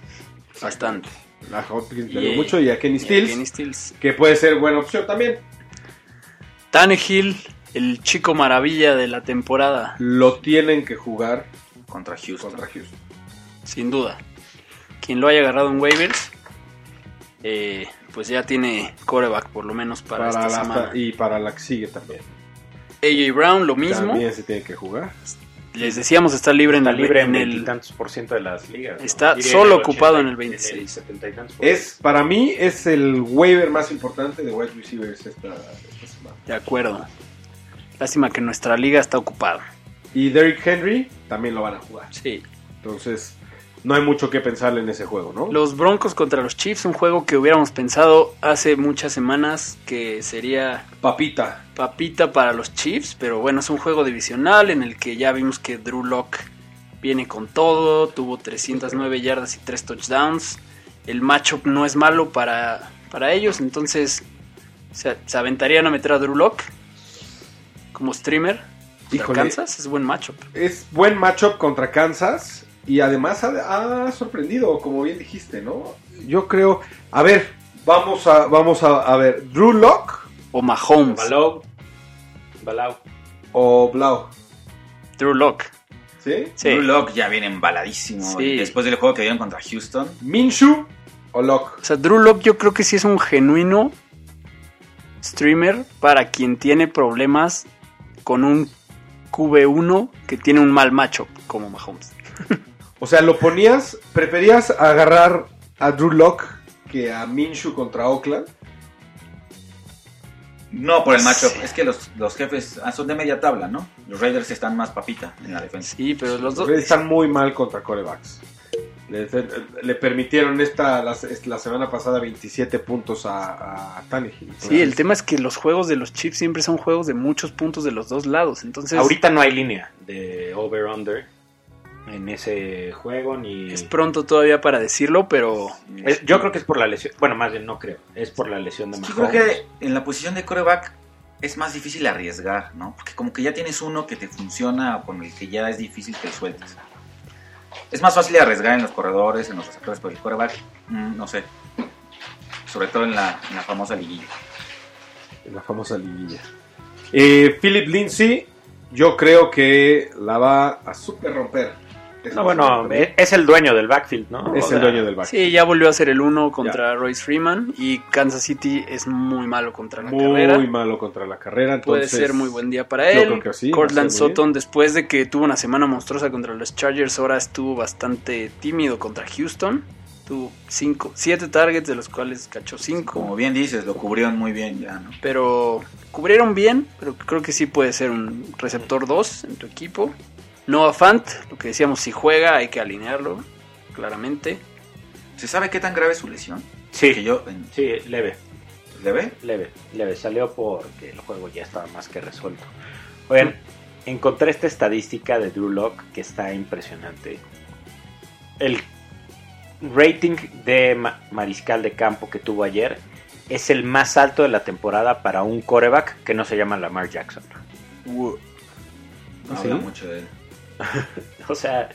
Speaker 1: bastante.
Speaker 2: a Hopkins
Speaker 1: Y-
Speaker 2: le dio mucho y a Kenny
Speaker 1: Y a
Speaker 2: Stills,
Speaker 1: Kenny Stills.
Speaker 2: que puede ser buena opción también.
Speaker 1: Tannehill, el chico maravilla de la temporada,
Speaker 2: Lo tienen que jugar
Speaker 3: Contra Houston.
Speaker 2: contra Houston.
Speaker 1: sin duda. Quien lo haya agarrado en waivers, eh, pues ya tiene coreback por lo menos para,
Speaker 2: Para
Speaker 1: esta
Speaker 2: la-
Speaker 1: semana.
Speaker 2: y para la que sigue también.
Speaker 1: AJ Brown, lo mismo.
Speaker 2: También se tiene que jugar.
Speaker 1: Les decíamos está libre en
Speaker 4: Está
Speaker 1: el,
Speaker 4: libre en
Speaker 1: en
Speaker 4: el
Speaker 1: el-
Speaker 4: tantos por ciento de las ligas. ¿no?
Speaker 1: Está
Speaker 4: Diría
Speaker 1: solo
Speaker 4: el
Speaker 1: ocupado en el
Speaker 4: 80 y
Speaker 1: 26.
Speaker 4: 70 y tantos por
Speaker 2: Es, para mí es el waiver más importante de wide receivers esta, esta semana.
Speaker 1: De acuerdo. Lástima que nuestra liga está ocupada.
Speaker 2: Y Derrick Henry también lo van a jugar.
Speaker 1: Sí.
Speaker 2: Entonces, no hay mucho que pensar en ese juego, ¿no?
Speaker 1: Los Broncos contra los Chiefs, un juego que hubiéramos pensado hace muchas semanas que sería
Speaker 2: Papita.
Speaker 1: papita para los Chiefs, pero bueno, es un juego divisional en el que ya vimos que Drew Lock viene con todo, tuvo 309 yardas y 3 touchdowns. El matchup no es malo para, para ellos, entonces se, se aventarían a meter a Drew Lock como streamer. ¿Y
Speaker 2: Híjole.
Speaker 1: Kansas es buen matchup.
Speaker 2: Es buen matchup contra Kansas y además ha, ha sorprendido, como bien dijiste, ¿no? Yo creo... A ver, vamos a, vamos a, a ver, Drew Lock
Speaker 1: O Mahomes.
Speaker 4: Balou. Balou.
Speaker 2: o Blau,
Speaker 1: Drew Lock.
Speaker 2: ¿sí?
Speaker 1: Sí.
Speaker 3: Drew Lock ya viene embaladísimo.
Speaker 1: Sí.
Speaker 3: Después del juego que dieron contra Houston.
Speaker 2: Minshu o Lock.
Speaker 1: O sea, Drew Lock yo creo que sí es un genuino streamer para quien tiene problemas con un QB1 que tiene un mal macho como Mahomes.
Speaker 2: O sea, lo ponías, preferías agarrar a Drew Lock que a Minshu contra Oakland.
Speaker 3: No por el matchup.
Speaker 1: Sí.
Speaker 3: Es que los, los jefes ah, son de media tabla, ¿no? Los Raiders están más papita en la defensa.
Speaker 1: Sí, pero los
Speaker 2: Los
Speaker 1: dos...
Speaker 2: Reds están muy mal contra corebacks. Le, le permitieron esta la, la semana pasada 27 puntos a, a Tannehill.
Speaker 1: Sí, el tema es que los juegos de los Chiefs siempre son juegos de muchos puntos de los dos lados. Entonces
Speaker 4: Ahorita no hay línea de over-under en ese juego ni...
Speaker 1: es pronto todavía para decirlo, pero
Speaker 3: Mm.
Speaker 4: Es- yo creo que es por la lesión. Bueno, más bien no creo. Es por la lesión de
Speaker 3: Es que
Speaker 4: Mahomes.
Speaker 3: creo que en la posición de coreback es más difícil arriesgar, ¿no? Porque como que ya tienes uno que te funciona o con el que ya es difícil que sueltes. Es más fácil arriesgar en los corredores, en los receptores, pero el coreback, no sé. Sobre todo en la, en la famosa liguilla.
Speaker 2: En la famosa liguilla. Eh, Philip Lindsay, Yo creo que la va a super romper.
Speaker 4: No, bueno, eh, es el dueño del backfield, ¿no?
Speaker 2: es
Speaker 4: O sea,
Speaker 2: el dueño del back.
Speaker 1: Sí, ya volvió a ser el uno contra Royce Freeman y Kansas City es muy malo contra la
Speaker 2: muy
Speaker 1: carrera.
Speaker 2: malo contra la carrera.
Speaker 1: Puede
Speaker 2: Entonces,
Speaker 1: ser muy buen día para
Speaker 2: yo
Speaker 1: él.
Speaker 2: creo que sí, va a
Speaker 1: Cortland
Speaker 2: ser muy bien.
Speaker 1: Sutton, después de que tuvo una semana monstruosa contra los Chargers, ahora estuvo bastante tímido contra Houston. Tuvo cinco, siete targets, de los cuales cachó cinco.
Speaker 3: Como bien dices, lo cubrieron muy bien ya, ¿no?
Speaker 1: Pero cubrieron bien, pero creo que sí puede ser un receptor 2 en tu equipo. Noah Fant, lo que decíamos, si juega hay que alinearlo, claramente.
Speaker 3: ¿Se sabe qué tan grave es su lesión? Que
Speaker 4: Sí,
Speaker 3: yo, en-
Speaker 4: sí, leve,
Speaker 3: ¿le ve?
Speaker 4: leve, leve. Salió porque el juego ya estaba más que resuelto. Oigan, encontré esta estadística de Drew Lock que está impresionante. El rating de ma- mariscal de campo que tuvo ayer es el más alto de la temporada para un coreback que no se llama Lamar Jackson.
Speaker 3: No
Speaker 2: ¿Ah,
Speaker 3: habla
Speaker 2: sí?
Speaker 3: mucho de él.
Speaker 4: O sea,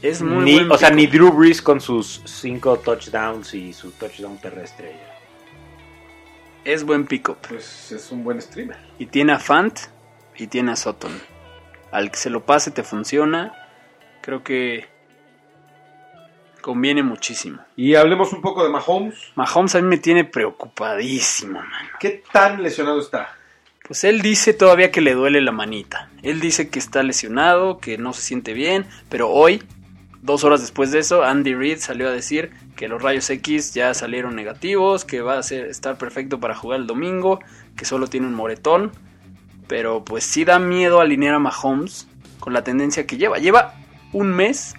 Speaker 1: Es muy
Speaker 4: ni,
Speaker 1: buen
Speaker 4: o sea,
Speaker 1: pick.
Speaker 4: ni Drew Brees con sus cinco touchdowns y su touchdown terrestre.
Speaker 1: es buen pick-up.
Speaker 2: Pues es un buen streamer.
Speaker 1: Y tiene a Fant y tiene a Sutton. Al que se lo pase te funciona. Creo que conviene muchísimo.
Speaker 2: Y hablemos un poco de Mahomes.
Speaker 1: Mahomes a mí me tiene preocupadísimo, man.
Speaker 2: ¿Qué tan lesionado está?
Speaker 1: Pues él dice todavía que le duele la manita. Él dice que está lesionado, que no se siente bien, pero hoy, dos horas después de eso, Andy Reid salió a decir que los rayos X ya salieron negativos, que va a ser, estar perfecto para jugar el domingo, que solo tiene un moretón. Pero pues sí da miedo alinear a Mahomes con la tendencia que lleva. Lleva un mes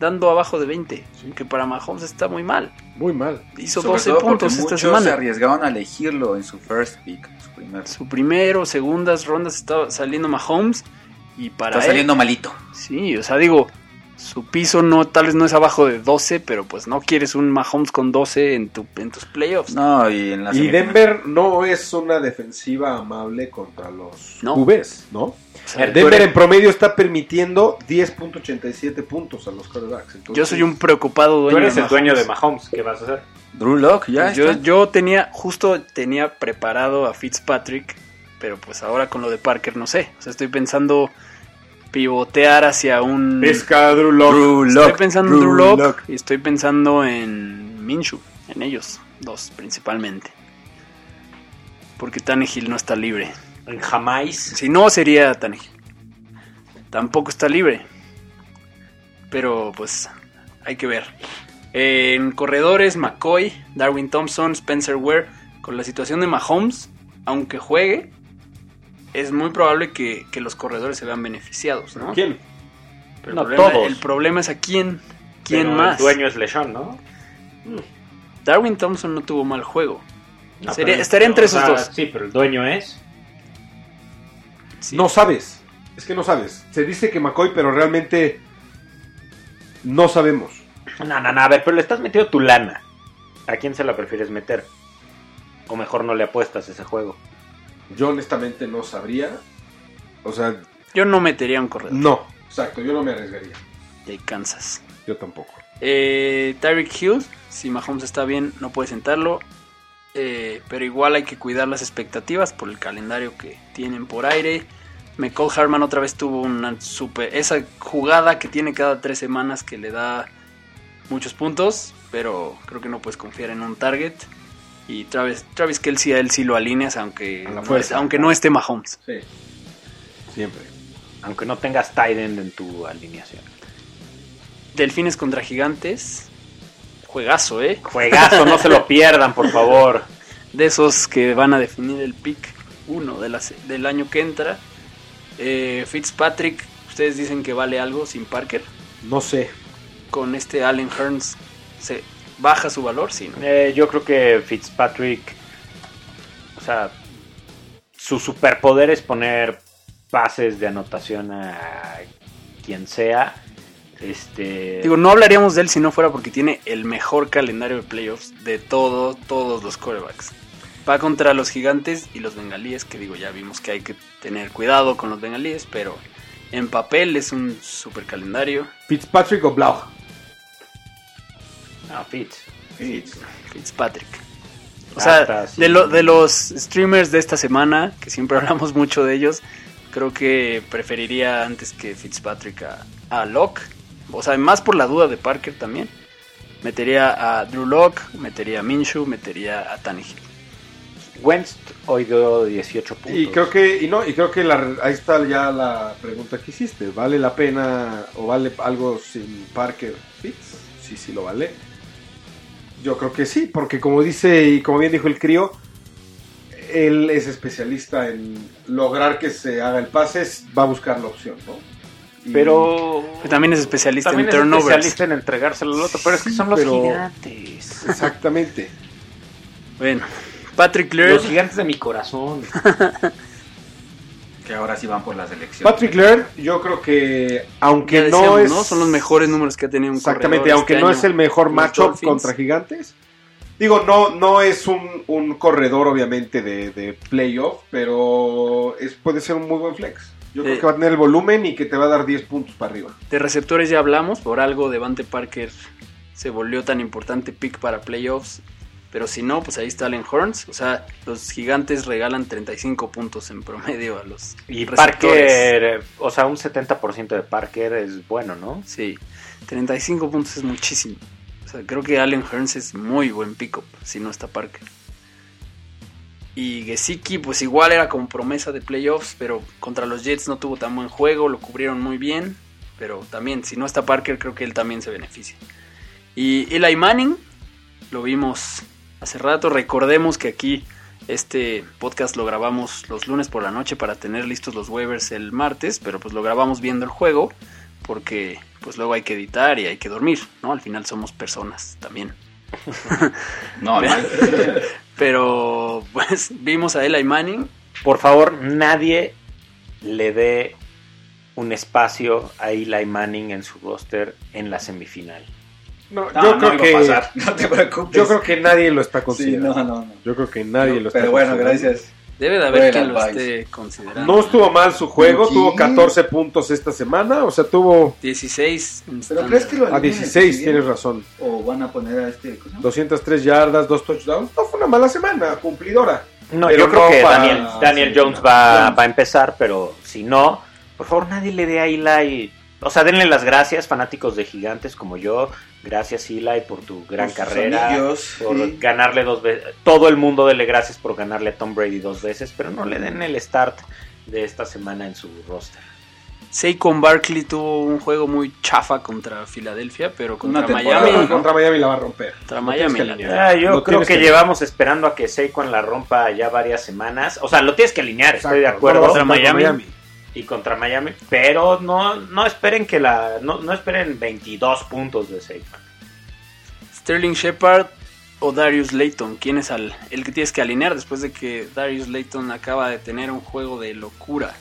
Speaker 1: dando abajo de 20, que para Mahomes está muy mal.
Speaker 2: Muy mal.
Speaker 1: Hizo
Speaker 3: Sobre
Speaker 1: 12
Speaker 3: todo porque
Speaker 1: puntos esta
Speaker 3: muchos se
Speaker 1: semana.
Speaker 3: arriesgaron a elegirlo en su first pick, su primer.
Speaker 1: su primero o segundas rondas estaba saliendo Mahomes y para
Speaker 3: Está
Speaker 1: él-
Speaker 3: saliendo malito.
Speaker 1: sí, o sea, digo, su piso no tal vez no es abajo de 12, pero pues no quieres un Mahomes con 12 en tu en tus playoffs.
Speaker 3: No, y
Speaker 1: Ah,
Speaker 3: en la
Speaker 2: Y
Speaker 3: semifinal.
Speaker 2: Denver no es una defensiva amable contra los
Speaker 1: No.
Speaker 2: QBs, ¿no?
Speaker 1: O sea,
Speaker 4: Tú
Speaker 2: Denver
Speaker 4: eres-
Speaker 2: en promedio está permitiendo 10.87 puntos a los quarterbacks. entonces-
Speaker 1: yo soy un preocupado dueño
Speaker 4: Tú eres
Speaker 1: de
Speaker 4: el
Speaker 1: Mahomes. Pues
Speaker 4: dueño de Mahomes, ¿qué vas a hacer?
Speaker 3: Drew Lock ya
Speaker 1: yo,
Speaker 3: está.
Speaker 1: yo tenía justo tenía preparado a Fitzpatrick, pero pues ahora con lo de Parker no sé. O sea, estoy pensando pivotear hacia un
Speaker 2: Pesca Drew Lock.
Speaker 3: Drew
Speaker 1: Estoy
Speaker 3: Lock,
Speaker 1: pensando en Drew Lock, y estoy pensando en Minshu, en ellos dos principalmente. Porque Tannehill no está libre.
Speaker 4: En Jamás.
Speaker 1: Si no, sería Tannehill. Tampoco está libre. Pero pues hay que ver. En corredores, McCoy, Darwin Thompson, Spencer Ware. Con la situación de Mahomes, aunque juegue, es muy probable que, que los corredores se vean beneficiados, ¿no?
Speaker 2: ¿Quién?
Speaker 1: Pero el,
Speaker 4: No,
Speaker 1: problema,
Speaker 4: todos.
Speaker 1: el problema es a quién. ¿Quién
Speaker 4: Pero
Speaker 1: más?
Speaker 4: El dueño es Leshon, ¿no?
Speaker 1: Darwin Thompson no tuvo mal juego.
Speaker 4: No,
Speaker 1: Sería-
Speaker 4: pero-
Speaker 1: estaría entre
Speaker 4: o
Speaker 1: esos
Speaker 4: sea,
Speaker 1: dos.
Speaker 4: Sí, pero el dueño es.
Speaker 2: No sabes. Es que no sabes. Se dice que McCoy, pero realmente no sabemos.
Speaker 4: No, no, no, a ver, pero le estás metiendo tu lana. ¿A quién se la prefieres meter? O mejor no le apuestas ese juego.
Speaker 2: Yo honestamente no sabría. O sea,
Speaker 1: Yo no metería un corredor
Speaker 2: no. Exacto, yo no me arriesgaría.
Speaker 1: de Kansas.
Speaker 2: Yo tampoco.
Speaker 1: Eh, Tyreek Hill, si Mahomes está bien, no puede sentarlo. Eh, pero igual hay que cuidar las expectativas por el calendario que tienen por aire. McCall Harman otra vez tuvo una super. Esa jugada que tiene cada tres semanas que le da muchos puntos. Pero creo que no puedes confiar en un target. Y Travis, Travis Kelsey a él sí lo alineas, aunque,
Speaker 2: A la
Speaker 1: no
Speaker 2: fuerza.
Speaker 1: es- aunque no esté Mahomes.
Speaker 2: Sí. Siempre.
Speaker 4: Aunque no tengas tight end en tu alineación.
Speaker 1: Delfines contra Gigantes. Juegazo, ¿eh?
Speaker 4: Juegazo, no se lo pierdan, por favor.
Speaker 1: de esos que van a definir el pick 1 de la se- del año que entra. Eh, Fitzpatrick, ustedes dicen que vale algo sin Parker.
Speaker 2: No sé.
Speaker 1: Con este Allen Hearns, ¿se baja su valor? Sí, ¿no?
Speaker 4: Eh, yo creo que Fitzpatrick. O sea, su superpoder es poner pases de anotación a quien sea. Este.
Speaker 1: Digo, no hablaríamos de él si no fuera porque tiene el mejor calendario de playoffs de todo, todos los corebacks. Va contra los gigantes y los bengalíes, que digo, ya vimos que hay que tener cuidado con los bengalíes, pero en papel es un super calendario.
Speaker 2: Fitzpatrick o Blau.
Speaker 4: no, Fitz.
Speaker 3: Fitz.
Speaker 1: Fitzpatrick. O
Speaker 4: Ah,
Speaker 1: sea,
Speaker 4: está, sí.
Speaker 1: de, lo- de los streamers de esta semana, que siempre hablamos mucho de ellos, Creo que preferiría antes que Fitzpatrick a, a Locke. O sea, más por la duda de Parker también. Metería a Drew Locke, metería a Minshew, metería a Tannehill.
Speaker 4: Wentz hoy dio 18 puntos.
Speaker 2: Y creo que, y no, y creo que la- ahí está ya la pregunta que hiciste. ¿Vale la pena o vale algo sin Parker Fitz? Sí, sí lo vale. Yo creo que sí, porque como dice y como bien dijo el crío, él es especialista en lograr que se haga el pase, es- va a buscar la opción, ¿no? Y-
Speaker 4: Pero
Speaker 1: Que también es especialista
Speaker 4: también
Speaker 1: en
Speaker 4: es
Speaker 1: turnovers.
Speaker 4: especialista en entregárselo al otro, pero es que
Speaker 2: Sí,
Speaker 4: son los
Speaker 2: pero-
Speaker 4: gigantes.
Speaker 2: Exactamente.
Speaker 1: Bueno, Patrick Laird.
Speaker 4: Los gigantes de mi corazón.
Speaker 3: Que ahora sí van por la selección.
Speaker 2: Patrick Laird, yo creo que aunque
Speaker 1: ya decíamos,
Speaker 2: no es
Speaker 1: Son los mejores números que ha tenido un
Speaker 2: Exactamente,
Speaker 1: corredor
Speaker 2: aunque
Speaker 1: este
Speaker 2: no
Speaker 1: año.
Speaker 2: es el mejor
Speaker 1: Los
Speaker 2: matchup
Speaker 1: Dolphins.
Speaker 2: contra gigantes. Digo, no, no es un, un corredor, obviamente, de, de playoff, pero es, puede ser un muy buen flex. Yo
Speaker 1: Eh.
Speaker 2: creo que va a tener el volumen y que te va a dar 10 puntos para arriba.
Speaker 1: De receptores ya hablamos, por algo Devante Parker se volvió tan importante pick para playoffs. Pero si no, pues ahí está Allen Horns. O sea, los gigantes regalan 35 puntos en promedio a los
Speaker 4: Y
Speaker 1: receptores.
Speaker 4: Parker, eh, o sea, un 70% de Parker es bueno, ¿no?
Speaker 1: Sí, 35 puntos es muchísimo. O sea, creo que Allen Hearns es muy buen pick-up, si no está Parker. Y Gesicki, pues igual era con promesa de playoffs, pero contra los Jets no tuvo tan buen juego, lo cubrieron muy bien. Pero también, si no está Parker, creo que él también se beneficia. Y Eli Manning, lo vimos hace rato. Recordemos que aquí este podcast lo grabamos los lunes por la noche para tener listos los waivers el martes, pero pues lo grabamos viendo el juego porque pues luego hay que editar y hay que dormir, ¿no? Al final somos personas también.
Speaker 3: No, no.
Speaker 1: Pero pues vimos a Eli Manning,
Speaker 4: Por favor, nadie le dé un espacio a Eli Manning en su roster en la semifinal.
Speaker 2: No,
Speaker 3: No,
Speaker 2: yo,
Speaker 3: no
Speaker 2: creo
Speaker 3: iba
Speaker 2: que,
Speaker 3: a pasar. No te preocupes.
Speaker 2: yo creo que nadie lo está
Speaker 3: Sí,
Speaker 2: considerando.
Speaker 3: no, no, no.
Speaker 2: Yo creo que nadie lo está
Speaker 3: Pero bueno,
Speaker 2: considerando.
Speaker 3: gracias.
Speaker 1: debe de haber
Speaker 3: Fuera,
Speaker 1: quien lo
Speaker 3: bye.
Speaker 1: esté considerando.
Speaker 2: No estuvo mal su juego,
Speaker 3: Sí.
Speaker 2: tuvo 14 puntos esta semana, o sea, tuvo
Speaker 1: 16 en
Speaker 3: ¿Pero
Speaker 1: estándar.
Speaker 3: crees que lo
Speaker 2: a
Speaker 3: eliminen el
Speaker 2: 16,
Speaker 3: siguiente?
Speaker 2: tienes razón.
Speaker 3: ¿O van a poner a este? ¿cómo se llama?
Speaker 2: 203 yardas, 2 touchdowns. No fue una mala semana, cumplidora.
Speaker 4: No,
Speaker 2: Pero
Speaker 4: yo creo
Speaker 2: no
Speaker 4: que
Speaker 2: para-
Speaker 4: Daniel, Daniel
Speaker 3: sí,
Speaker 4: Jones
Speaker 3: no.
Speaker 4: va,
Speaker 3: Jones.
Speaker 4: va a empezar, pero si no, por favor, nadie le dé a Eli. O sea, denle las gracias, fanáticos de gigantes como yo. Gracias, Eli, por tu gran
Speaker 3: Sus
Speaker 4: carrera.
Speaker 3: anillos,
Speaker 4: por
Speaker 3: sí.
Speaker 4: ganarle dos veces. Todo el mundo dele gracias por ganarle a Tom Brady dos veces, pero no le den el start de esta semana en su roster.
Speaker 1: Saquon Barkley tuvo un juego muy chafa contra Filadelfia, pero contra
Speaker 3: temporada,
Speaker 1: Miami,
Speaker 3: ¿no?
Speaker 2: Contra Miami la va a romper.
Speaker 1: contra
Speaker 2: No tienes
Speaker 1: Miami
Speaker 2: que
Speaker 1: la-
Speaker 2: alinear.
Speaker 4: Ah, yo
Speaker 2: Lo
Speaker 4: creo
Speaker 2: tienes
Speaker 4: que,
Speaker 2: que-
Speaker 4: llevamos esperando a que Saquon la rompa ya varias semanas. O sea, lo tienes que alinear, estoy de
Speaker 2: Exacto,
Speaker 4: acuerdo.
Speaker 2: no,
Speaker 1: Contra
Speaker 2: no,
Speaker 1: Miami.
Speaker 4: y contra Miami, pero no, no esperen que la no, no esperen 22 puntos de Saquon.
Speaker 1: Sterling Shepard o Darius Layton, ¿quién es al- el que tienes que alinear después de que Darius Layton acaba de tener un juego de locura?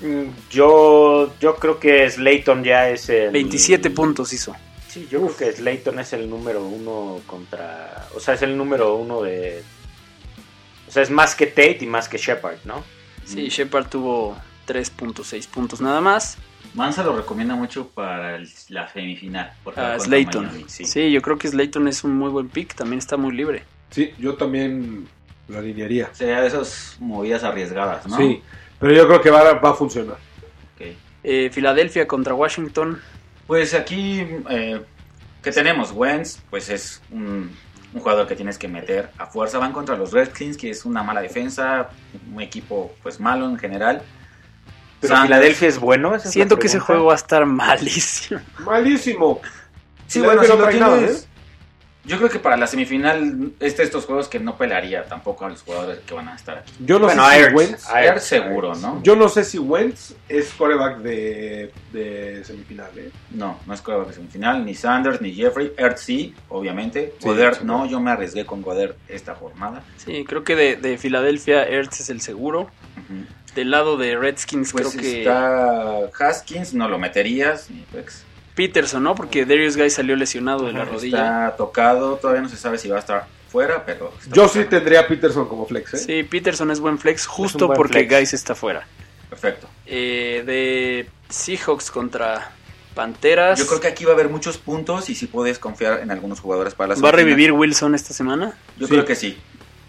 Speaker 4: Mm, Yo yo creo que Slayton ya es el
Speaker 1: 27 puntos hizo.
Speaker 4: Sí, yo creo que Slayton es el número uno contra, o sea, es el número uno de, o sea, es más que Tate y más que Shepard, ¿no?
Speaker 3: Mm.
Speaker 1: Sí, Shepard tuvo 3.6 puntos nada más.
Speaker 3: Mansa lo recomienda mucho para el- la semifinal. Porque va
Speaker 1: A
Speaker 3: contra
Speaker 1: Ah, Slayton.
Speaker 3: Miami,
Speaker 1: sí.
Speaker 3: sí.
Speaker 1: yo creo que Slayton es un muy buen pick. También está muy libre.
Speaker 2: Sí, yo también lo alinearía.
Speaker 3: Sería de esas movidas arriesgadas, ¿no?
Speaker 2: Sí, pero yo creo que va, a- va a funcionar.
Speaker 3: Ok.
Speaker 1: Eh, Filadelfia contra Washington.
Speaker 3: Pues aquí, eh, ¿qué tenemos? Wentz, pues es un, un jugador que tienes que meter a fuerza. Van contra los Redskins, que es una mala defensa, un equipo pues malo en general.
Speaker 4: Pero
Speaker 3: Sanders-
Speaker 4: Filadelfia es bueno. esa es la
Speaker 1: Siento que ese
Speaker 4: pregunta.
Speaker 1: juego va a estar malísimo.
Speaker 2: Malísimo.
Speaker 3: Sí,
Speaker 2: Filadelfia
Speaker 3: bueno, si
Speaker 2: no
Speaker 3: lo
Speaker 2: trae nada,
Speaker 3: tienes-
Speaker 2: ¿eh?
Speaker 3: Yo creo que para la semifinal es de estos juegos que no pelaría tampoco a los jugadores que van a estar aquí.
Speaker 2: Yo no,
Speaker 4: Bueno,
Speaker 2: sé, si
Speaker 4: Ayers,
Speaker 2: Wentz,
Speaker 4: Ayers,
Speaker 3: Ayers seguro, ¿no?
Speaker 2: yo no sé si Wentz es coreback de, de semifinal. ¿eh?
Speaker 3: No, no es coreback de semifinal, ni Sanders, ni Jeffrey. Ertz sí, obviamente.
Speaker 2: Sí,
Speaker 3: Goddard
Speaker 2: seguro.
Speaker 3: no, yo me arriesgué con Goddard esta jornada.
Speaker 1: Sí, creo que de, de Filadelfia, Ertz es el seguro.
Speaker 3: Ujú.
Speaker 1: Del lado de Redskins,
Speaker 3: Pues
Speaker 1: creo que
Speaker 3: está Haskins, no lo meterías. ni Pex.
Speaker 1: Peterson, ¿no? Porque Darius Guy salió lesionado de la rodilla.
Speaker 3: Está tocado, todavía no se sabe si va a estar fuera, pero... está
Speaker 2: Yo sí
Speaker 3: tocado.
Speaker 2: tendría a Peterson como flex. ¿eh?
Speaker 1: Sí, Peterson es buen flex justo
Speaker 4: un buen
Speaker 1: porque
Speaker 4: flex.
Speaker 1: Guys está fuera.
Speaker 3: Perfecto.
Speaker 1: Eh, de Seahawks contra Panteras.
Speaker 3: Yo creo que aquí va a haber muchos puntos y si puedes confiar en algunos jugadores para la
Speaker 1: ¿Va a
Speaker 3: semifinal.
Speaker 1: revivir Wilson esta semana?
Speaker 3: Yo
Speaker 2: Sí.
Speaker 3: creo que sí.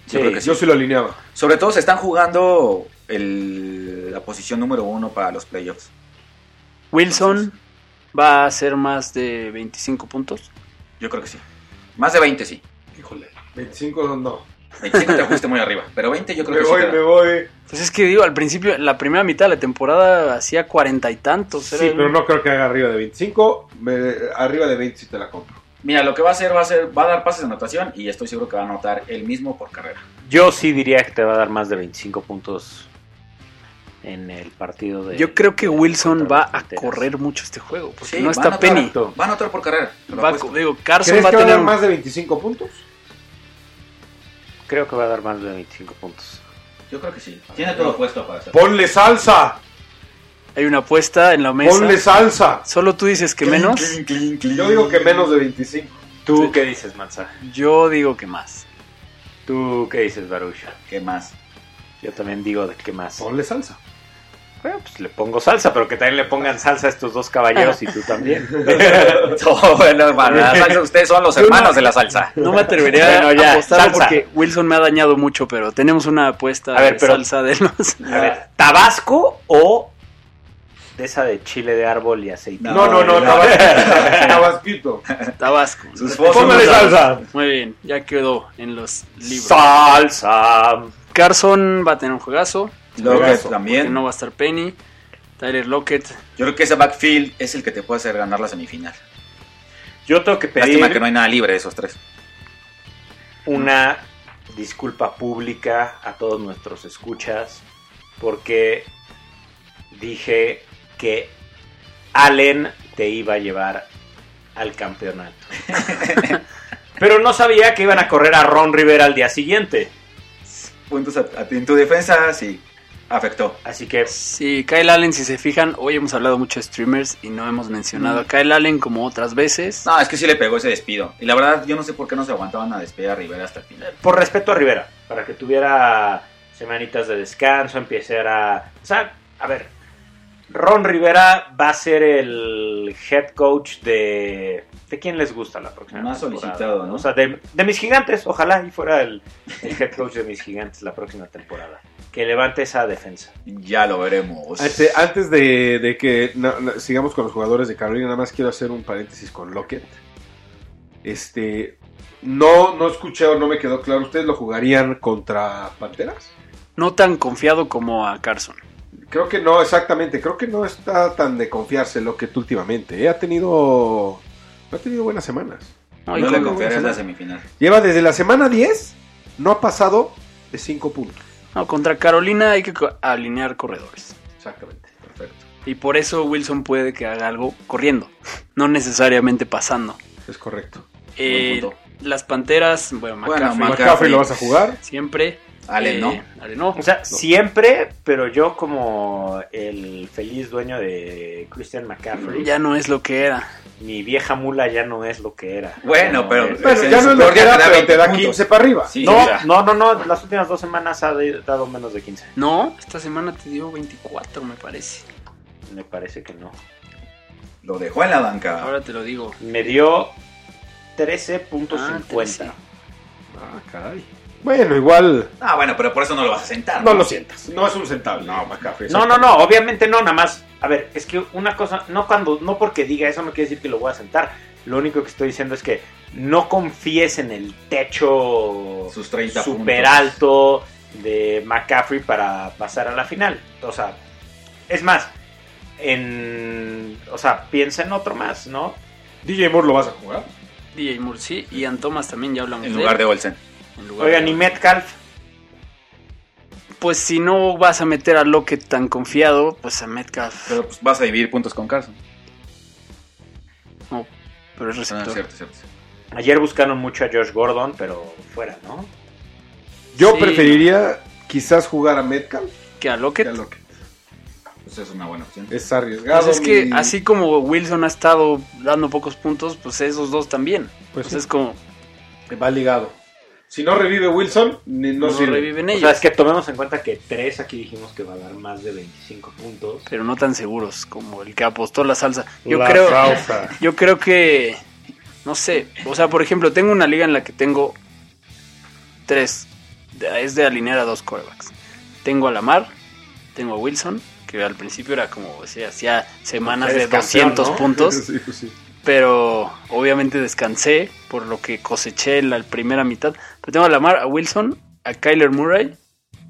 Speaker 3: Yo
Speaker 4: Sí.
Speaker 3: creo que sí.
Speaker 2: Yo sí lo alineaba.
Speaker 3: Sobre todo se están jugando el, la posición número uno para los playoffs.
Speaker 1: Wilson va a hacer más de 25 puntos.
Speaker 3: Yo creo que sí. Más de 20 sí.
Speaker 2: Híjole. 25 no.
Speaker 3: 25 te fuiste muy arriba, pero 20 yo creo
Speaker 2: Me
Speaker 3: que
Speaker 2: voy,
Speaker 3: sí. te
Speaker 2: me
Speaker 3: da.
Speaker 2: voy.
Speaker 1: Pues es que digo, al principio, la primera mitad de la temporada hacía cuarenta y tantos.
Speaker 2: Sí,
Speaker 1: era el-
Speaker 2: pero no creo que haga arriba de 25. Me- arriba de 20 sí te la compro.
Speaker 3: Mira, lo que va a hacer va a ser va a dar pases de anotación y estoy seguro que va a anotar él mismo por carrera.
Speaker 4: Yo sí diría que te va a dar más de 25 puntos en el partido de.
Speaker 1: Yo creo que Wilson
Speaker 4: contra
Speaker 1: va
Speaker 4: los
Speaker 1: a
Speaker 4: Panteras.
Speaker 1: correr mucho este juego, porque
Speaker 3: Sí,
Speaker 1: no
Speaker 3: va a
Speaker 1: está
Speaker 3: anotar.
Speaker 1: Penny.
Speaker 3: Va a anotar por carrera. te lo
Speaker 1: Va a-
Speaker 3: apuesto.
Speaker 1: digo, Carson
Speaker 2: ¿Crees
Speaker 1: va a
Speaker 2: que va a
Speaker 1: tener
Speaker 2: dar
Speaker 1: un-
Speaker 2: más de 25 puntos?
Speaker 4: Creo que va a dar más de 25 puntos.
Speaker 3: Yo creo que sí. Tiene todo puesto para hacer.
Speaker 2: ¡Ponle salsa!
Speaker 1: Hay una apuesta en la mesa.
Speaker 2: ¡Ponle salsa!
Speaker 1: Solo tú dices que menos.
Speaker 3: Clean, clean, clean.
Speaker 2: Yo digo que menos de 25.
Speaker 4: ¿Tú
Speaker 1: Sí.
Speaker 4: qué dices, Mansa?
Speaker 1: Yo digo que más.
Speaker 4: ¿Tú qué dices, Baruch?
Speaker 3: ¿Qué más?
Speaker 4: Yo también digo de qué más.
Speaker 2: Ponle salsa.
Speaker 4: Bueno, pues le pongo salsa, pero que también le pongan salsa a estos dos caballeros y tú también.
Speaker 3: No, bueno, para la salsa, ustedes son los hermanos de la salsa.
Speaker 1: No me atrevería
Speaker 4: Bueno, ya,
Speaker 1: a apostarlo
Speaker 4: salsa.
Speaker 1: porque Wilson me ha dañado mucho, pero tenemos una apuesta
Speaker 4: A ver,
Speaker 1: de
Speaker 4: pero-
Speaker 1: salsa de los.
Speaker 4: A ver, ¿Tabasco o de esa de chile de árbol y aceite?
Speaker 2: No, no, no, Tabasquito. Tabasquito.
Speaker 1: Tabasco.
Speaker 3: Sus fósforos
Speaker 2: Póngale
Speaker 3: son-
Speaker 2: salsa.
Speaker 1: Muy bien, ya quedó en los libros.
Speaker 4: Salsa.
Speaker 1: Carson va a tener un juegazo.
Speaker 3: Lockett
Speaker 1: que
Speaker 2: Pegaso.
Speaker 3: también.
Speaker 1: No va a estar Penny. Tyler Lockett.
Speaker 3: Yo creo que ese backfield es el que te puede hacer ganar la semifinal.
Speaker 4: Yo tengo que
Speaker 3: Lástima
Speaker 4: pedir
Speaker 3: que no hay nada libre de esos tres.
Speaker 4: una disculpa pública a todos nuestros escuchas porque dije que Allen te iba a llevar al campeonato. Pero no sabía que iban a correr a Ron Rivera al día siguiente.
Speaker 3: Puntos a, a ti en tu defensa, sí. Afectó.
Speaker 4: Así que
Speaker 1: Sí, Kyle Allen, si se fijan, hoy hemos hablado mucho de streamers y no hemos mencionado a Kyle Allen como otras veces.
Speaker 3: Mm. No, es que sí le pegó ese despido. Y la verdad, yo no sé por qué no se aguantaban a despedir a Rivera hasta el final.
Speaker 4: por respeto a Rivera, para que tuviera semanitas de descanso, empezara... O sea, a ver, Ron Rivera va a ser el head coach de... ¿De quién les gusta la próxima
Speaker 3: Más
Speaker 4: temporada?
Speaker 3: solicitado, ¿no?
Speaker 4: O sea, de, de mis gigantes, ojalá y fuera el, el head coach de mis gigantes la próxima temporada. Que levante esa defensa.
Speaker 3: Ya lo veremos.
Speaker 2: Este, antes de, de que na- na- sigamos con los jugadores de Carolina, nada más quiero hacer un paréntesis con Lockett. Este, no, no escuché o no me quedó claro. ¿Ustedes lo jugarían contra Panteras?
Speaker 1: No tan confiado como a Carson.
Speaker 2: Creo que no, exactamente. Creo que no está tan de confiarse Lockett últimamente. ¿eh? Ha tenido, ha tenido buenas semanas.
Speaker 1: No,
Speaker 3: No
Speaker 1: y
Speaker 3: le
Speaker 1: con-
Speaker 2: cómo
Speaker 3: confiaré en
Speaker 2: se
Speaker 3: la
Speaker 2: llama?
Speaker 3: semifinal.
Speaker 2: Lleva desde la semana 10, no ha pasado de 5 puntos.
Speaker 1: no, contra Carolina hay que co- alinear corredores.
Speaker 2: Exactamente.
Speaker 3: Perfecto.
Speaker 1: Y por eso Wilson puede que haga algo corriendo, no necesariamente pasando.
Speaker 2: Es correcto.
Speaker 1: Eh,
Speaker 3: punto.
Speaker 1: las Panteras, bueno,
Speaker 3: Bueno,
Speaker 1: McCaffrey
Speaker 3: Mac-
Speaker 2: McCaffrey, lo vas a jugar.
Speaker 1: siempre.
Speaker 3: Ale,
Speaker 1: eh,
Speaker 3: ¿no?
Speaker 1: Allen no.
Speaker 4: O sea, siempre, pero yo como el feliz dueño de Christian McCaffrey,
Speaker 1: Ya no es lo que era.
Speaker 4: mi vieja mula ya no es lo que era.
Speaker 3: Bueno, pero-
Speaker 4: es-
Speaker 2: Bueno,
Speaker 3: en
Speaker 2: ya
Speaker 3: su
Speaker 2: no es lo
Speaker 3: peor
Speaker 2: que
Speaker 3: día
Speaker 2: era,
Speaker 3: te da
Speaker 2: pero
Speaker 3: 20
Speaker 2: te da
Speaker 3: puntos.
Speaker 2: 15 para arriba.
Speaker 3: Sí,
Speaker 4: No,
Speaker 3: o sea,
Speaker 4: no, no, no, las últimas dos semanas ha de- dado menos de 15.
Speaker 1: No, esta semana te dio 24, me parece.
Speaker 4: Me parece que no.
Speaker 3: lo dejó en la banca.
Speaker 1: Ahora te lo digo.
Speaker 4: Me dio
Speaker 1: Ah,
Speaker 4: 13.50.
Speaker 1: 13.
Speaker 2: Ah, caray. Bueno, igual
Speaker 3: Ah, bueno, pero por eso no lo vas a sentar.
Speaker 2: no lo sientas. No es un centavo. No, McCaffrey.
Speaker 4: no, no, no, obviamente no, nada más. A ver, es que una cosa, no cuando, no porque diga eso no quiere decir que lo voy a sentar. Lo único que estoy diciendo es que no confíes en el techo
Speaker 3: Sus 30
Speaker 4: super
Speaker 3: puntos.
Speaker 4: alto de McCaffrey para pasar a la final. O sea, es más, en, o sea, piensa en otro más, ¿no?
Speaker 2: DJ Moore lo vas a jugar.
Speaker 1: DJ Moore, sí. Y Ian Thomas también, ya hablamos
Speaker 3: En lugar de
Speaker 1: él.
Speaker 3: Olsen.
Speaker 1: En lugar
Speaker 4: Oigan,
Speaker 1: de-
Speaker 4: y Metcalf,
Speaker 1: Pues si no vas a meter a Lockett tan confiado, pues a Metcalf.
Speaker 3: Pero pues vas a dividir puntos con Carson.
Speaker 1: no, pero es
Speaker 3: No,
Speaker 1: receptor.
Speaker 3: es Ah, cierto, es cierto.
Speaker 4: ayer buscaron mucho a Josh Gordon, pero fuera, ¿no?
Speaker 2: Yo
Speaker 1: Sí.
Speaker 2: preferiría quizás jugar a Metcalf
Speaker 1: Que a
Speaker 2: que
Speaker 1: Lockett.
Speaker 2: a Lockett.
Speaker 3: Pues es una buena opción.
Speaker 2: Es arriesgado.
Speaker 1: Pues es que
Speaker 2: mi-
Speaker 1: así como Wilson ha estado dando pocos puntos, pues esos dos también. Pues
Speaker 2: Pues sí.
Speaker 1: es como
Speaker 2: va ligado. Si no revive Wilson, ni- no,
Speaker 1: no,
Speaker 2: sirve.
Speaker 1: reviven
Speaker 4: O
Speaker 1: ellos,
Speaker 4: sea, es que tomemos en cuenta que tres aquí dijimos que va a dar más de 25 puntos.
Speaker 1: pero no tan seguros como el que apostó la salsa. Yo creo, yo creo que no sé, o sea, por ejemplo, tengo una liga en la que tengo tres, de- es de alinear a dos corebacks. Tengo a Lamar, Tengo a Wilson, que al principio era como, o sea, hacía semanas de
Speaker 4: Eres campeón,
Speaker 1: 200
Speaker 4: ¿no?
Speaker 1: puntos.
Speaker 2: Sí, pues sí.
Speaker 1: pero obviamente descansé por lo que coseché la primera mitad. Pero tengo a Lamar, a Wilson, a Kyler Murray.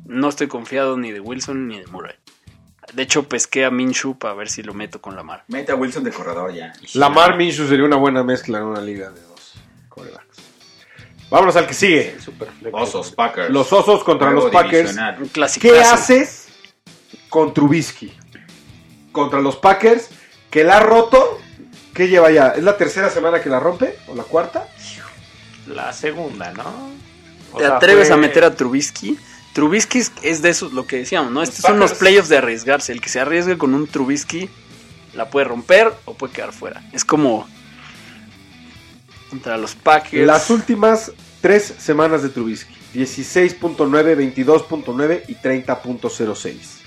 Speaker 1: No estoy confiado ni de Wilson ni de Murray. De hecho, pesqué a Minshew para ver si lo meto con Lamar.
Speaker 3: Mete a Wilson de corredor ya.
Speaker 2: Lamar Minshew sería una buena mezcla en una liga de dos corebacks. Vámonos al que sigue.
Speaker 3: Osos, Packers.
Speaker 2: Los Osos contra
Speaker 3: Juego
Speaker 2: los Packers.
Speaker 3: divisional.
Speaker 1: Un clásico.
Speaker 2: ¿Qué haces con Trubisky? Contra los Packers, que la ha roto. ¿Qué lleva ya? ¿Es la tercera semana que la rompe? ¿O la cuarta?
Speaker 4: La segunda, ¿no? O
Speaker 1: ¿Te
Speaker 4: sea,
Speaker 1: atreves
Speaker 4: fue-
Speaker 1: a meter a Trubisky? Trubisky es- es de esos, lo que decíamos, ¿no? Estos son los
Speaker 2: Packers.
Speaker 1: playoffs de arriesgarse. El que se arriesgue con un Trubisky la puede romper o puede quedar fuera. Es como contra los Packers.
Speaker 2: Las últimas tres semanas de Trubisky. 16.9, 22.9 y 30.06.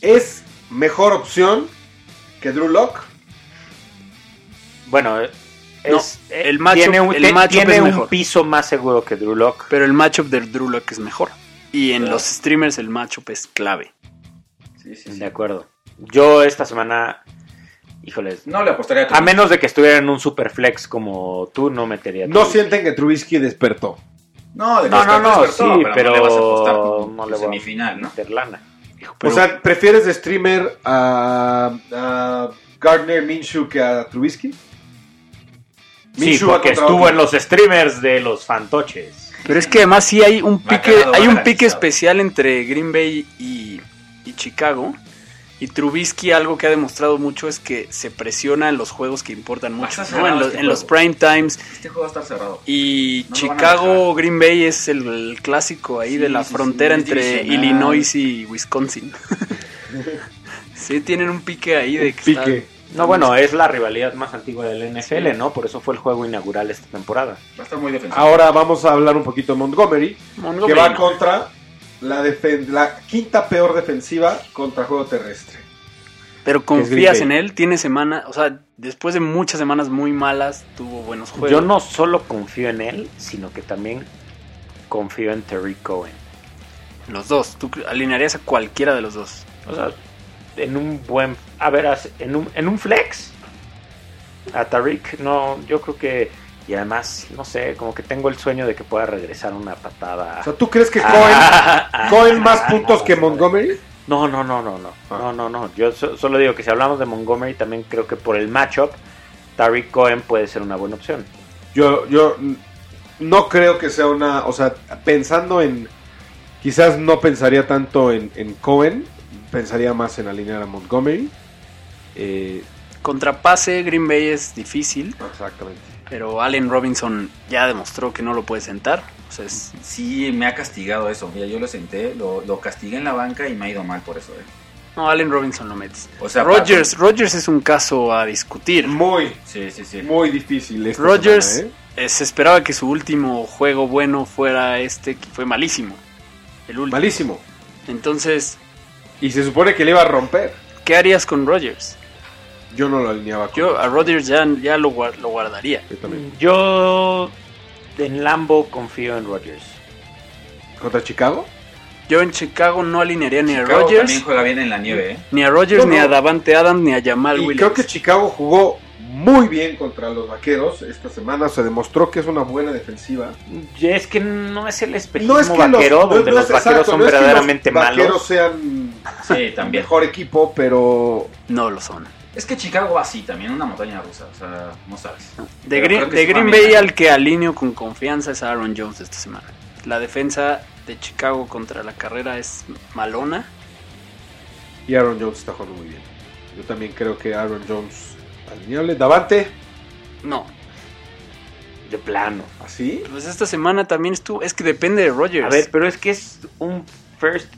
Speaker 2: ¿Es mejor opción que Drew Locke?
Speaker 4: Bueno, eh, es, eh,
Speaker 1: No, el matchup-
Speaker 4: tiene un,
Speaker 1: el
Speaker 4: te-
Speaker 1: matchup
Speaker 4: tiene
Speaker 1: es
Speaker 4: un
Speaker 1: mejor.
Speaker 4: piso más seguro que Drew Lock.
Speaker 1: Pero el matchup del Drew Lock es mejor. Y en los streamers el matchup es clave.
Speaker 3: Sí, sí, sí.
Speaker 4: De acuerdo. Yo esta semana, híjoles,
Speaker 3: No le apostaría a
Speaker 4: a
Speaker 3: Trubisky.
Speaker 4: menos de que estuviera en un super flex como tú, no metería. a
Speaker 2: No
Speaker 4: Trubisky.
Speaker 2: sienten que Trubisky despertó.
Speaker 3: No, de
Speaker 4: No, no, no,
Speaker 3: expertos,
Speaker 4: sí,
Speaker 3: no,
Speaker 4: pero
Speaker 3: no le vas a apostar por
Speaker 4: no le voy a
Speaker 3: semifinal, ¿no?
Speaker 4: meter lana. Hijo,
Speaker 2: o sea, ¿prefieres de streamer a, a Gardner Minshew que a Trubisky?
Speaker 4: sí, porque estuvo en los streamers de los fantoches.
Speaker 1: Pero es que además sí hay un pique, hay
Speaker 3: Bacanado,
Speaker 1: un
Speaker 3: bacanalizado.
Speaker 1: pique especial entre Green Bay y, y Chicago. Y Trubisky algo que ha demostrado mucho es que se presiona en los juegos que importan mucho,
Speaker 3: Está
Speaker 1: ¿no?
Speaker 3: cerrado
Speaker 1: En, los-
Speaker 3: este
Speaker 1: en los
Speaker 3: juego.
Speaker 1: prime times.
Speaker 3: Este juego va a estar cerrado.
Speaker 1: Y
Speaker 3: No lo van a
Speaker 1: Chicago, Green Bay es el, el clásico ahí
Speaker 3: Sí,
Speaker 1: de la
Speaker 3: sí, sí,
Speaker 1: frontera
Speaker 3: es
Speaker 1: entre
Speaker 3: divisional.
Speaker 1: Illinois y Wisconsin. sí, tienen un pique ahí de que está-
Speaker 2: Pique.
Speaker 4: No, bueno, es la rivalidad más antigua del NFL, ¿no? Por eso fue el juego inaugural esta temporada.
Speaker 3: Va a estar muy defensivo.
Speaker 2: Ahora vamos a hablar un poquito de Montgomery. que
Speaker 1: Montgomery,
Speaker 2: va
Speaker 1: ¿no?
Speaker 2: contra la, defen- la quinta peor defensiva contra juego terrestre.
Speaker 1: Pero
Speaker 2: es
Speaker 1: confías
Speaker 2: Green
Speaker 1: en
Speaker 2: Bay.
Speaker 1: él, tiene semana, o sea, después de muchas semanas muy malas, tuvo buenos juegos.
Speaker 4: Yo no solo confío en él, sino que también confío en Terry Cohen.
Speaker 1: Los dos, tú alinearías a cualquiera de los dos.
Speaker 4: O sea, en un buen. A ver, as- en un, en un flex. A Tariq, no, yo creo que. Y además, no sé, como que tengo el sueño de que pueda regresar una patada.
Speaker 2: O sea, ¿tú crees que Cohen,
Speaker 4: Ah, ah,
Speaker 2: Cohen más
Speaker 4: ah,
Speaker 2: puntos
Speaker 4: no,
Speaker 2: que
Speaker 4: no,
Speaker 2: Montgomery?
Speaker 4: No, no, no, no, no.
Speaker 2: Ah.
Speaker 4: No, no, no. Yo so- solo digo que si hablamos de Montgomery, también creo que por el matchup, Tariq Cohen puede ser una buena opción.
Speaker 2: Yo, yo mm, no creo que sea una. O sea, pensando en. Quizás no pensaría tanto en, en Cohen. Pensaría más en alinear a Montgomery. Eh,
Speaker 1: Contrapase Green Bay es difícil,
Speaker 2: exactamente.
Speaker 1: pero Allen Robinson ya demostró que no lo puede sentar. O sea, es-
Speaker 3: Sí, me ha castigado eso. Mira, yo lo senté, lo, lo castigué en la banca y me ha ido mal por eso. ¿eh?
Speaker 1: no, Allen Robinson lo metes.
Speaker 3: O sea,
Speaker 1: Rodgers, Rodgers es un caso a discutir.
Speaker 2: Muy,
Speaker 3: Sí, sí, sí.
Speaker 2: muy difícil. esta
Speaker 1: Rodgers
Speaker 2: semana, ¿eh?
Speaker 1: eh, se esperaba que su último juego bueno fuera este, que fue malísimo. El último.
Speaker 2: Malísimo.
Speaker 1: Entonces,
Speaker 2: Y se supone que le iba a romper.
Speaker 1: ¿qué harías con Rodgers?
Speaker 2: Yo no lo alineaba con
Speaker 1: Yo a Rodgers ya, ya lo, guar- lo guardaría.
Speaker 2: yo también.
Speaker 4: Yo en Lambo confío en Rodgers.
Speaker 2: ¿Contra Chicago?
Speaker 1: Yo en Chicago no alinearía ni a
Speaker 3: Chicago
Speaker 1: Rodgers,
Speaker 3: también juega bien en la nieve, ¿eh?
Speaker 1: ni a Rodgers,
Speaker 2: No,
Speaker 1: ni
Speaker 2: no.
Speaker 1: a Davante Adams, ni a Jamal
Speaker 2: Y
Speaker 1: Williams.
Speaker 2: creo que Chicago jugó muy bien contra los vaqueros esta semana. Se demostró que es una buena defensiva.
Speaker 4: Y Es que no es el espejismo
Speaker 2: No es que
Speaker 4: vaquero,
Speaker 2: los, no-
Speaker 4: donde
Speaker 2: no
Speaker 4: los
Speaker 2: es-
Speaker 4: vaqueros
Speaker 2: exacto,
Speaker 4: son
Speaker 2: no es que los
Speaker 4: verdaderamente
Speaker 2: Vaqueros
Speaker 4: malos.
Speaker 2: sean
Speaker 3: Sí,
Speaker 2: el
Speaker 3: también.
Speaker 2: mejor equipo, pero
Speaker 1: No lo son.
Speaker 3: Es que Chicago va así también, una montaña rusa. O sea, no sabes.
Speaker 1: De
Speaker 3: Pero
Speaker 1: Green,
Speaker 3: creo que
Speaker 1: de
Speaker 3: sí va
Speaker 1: Green
Speaker 3: bien.
Speaker 1: Bay al que alineo con confianza es a Aaron Jones esta semana. La defensa de Chicago contra la carrera es malona.
Speaker 2: y Aaron Jones está jugando muy bien. Yo también creo que Aaron Jones alineable. Davante,
Speaker 1: No,
Speaker 4: De plano.
Speaker 2: así.
Speaker 1: pues esta semana también estuvo. Es que depende de Rodgers.
Speaker 4: A ver, pero es que es un first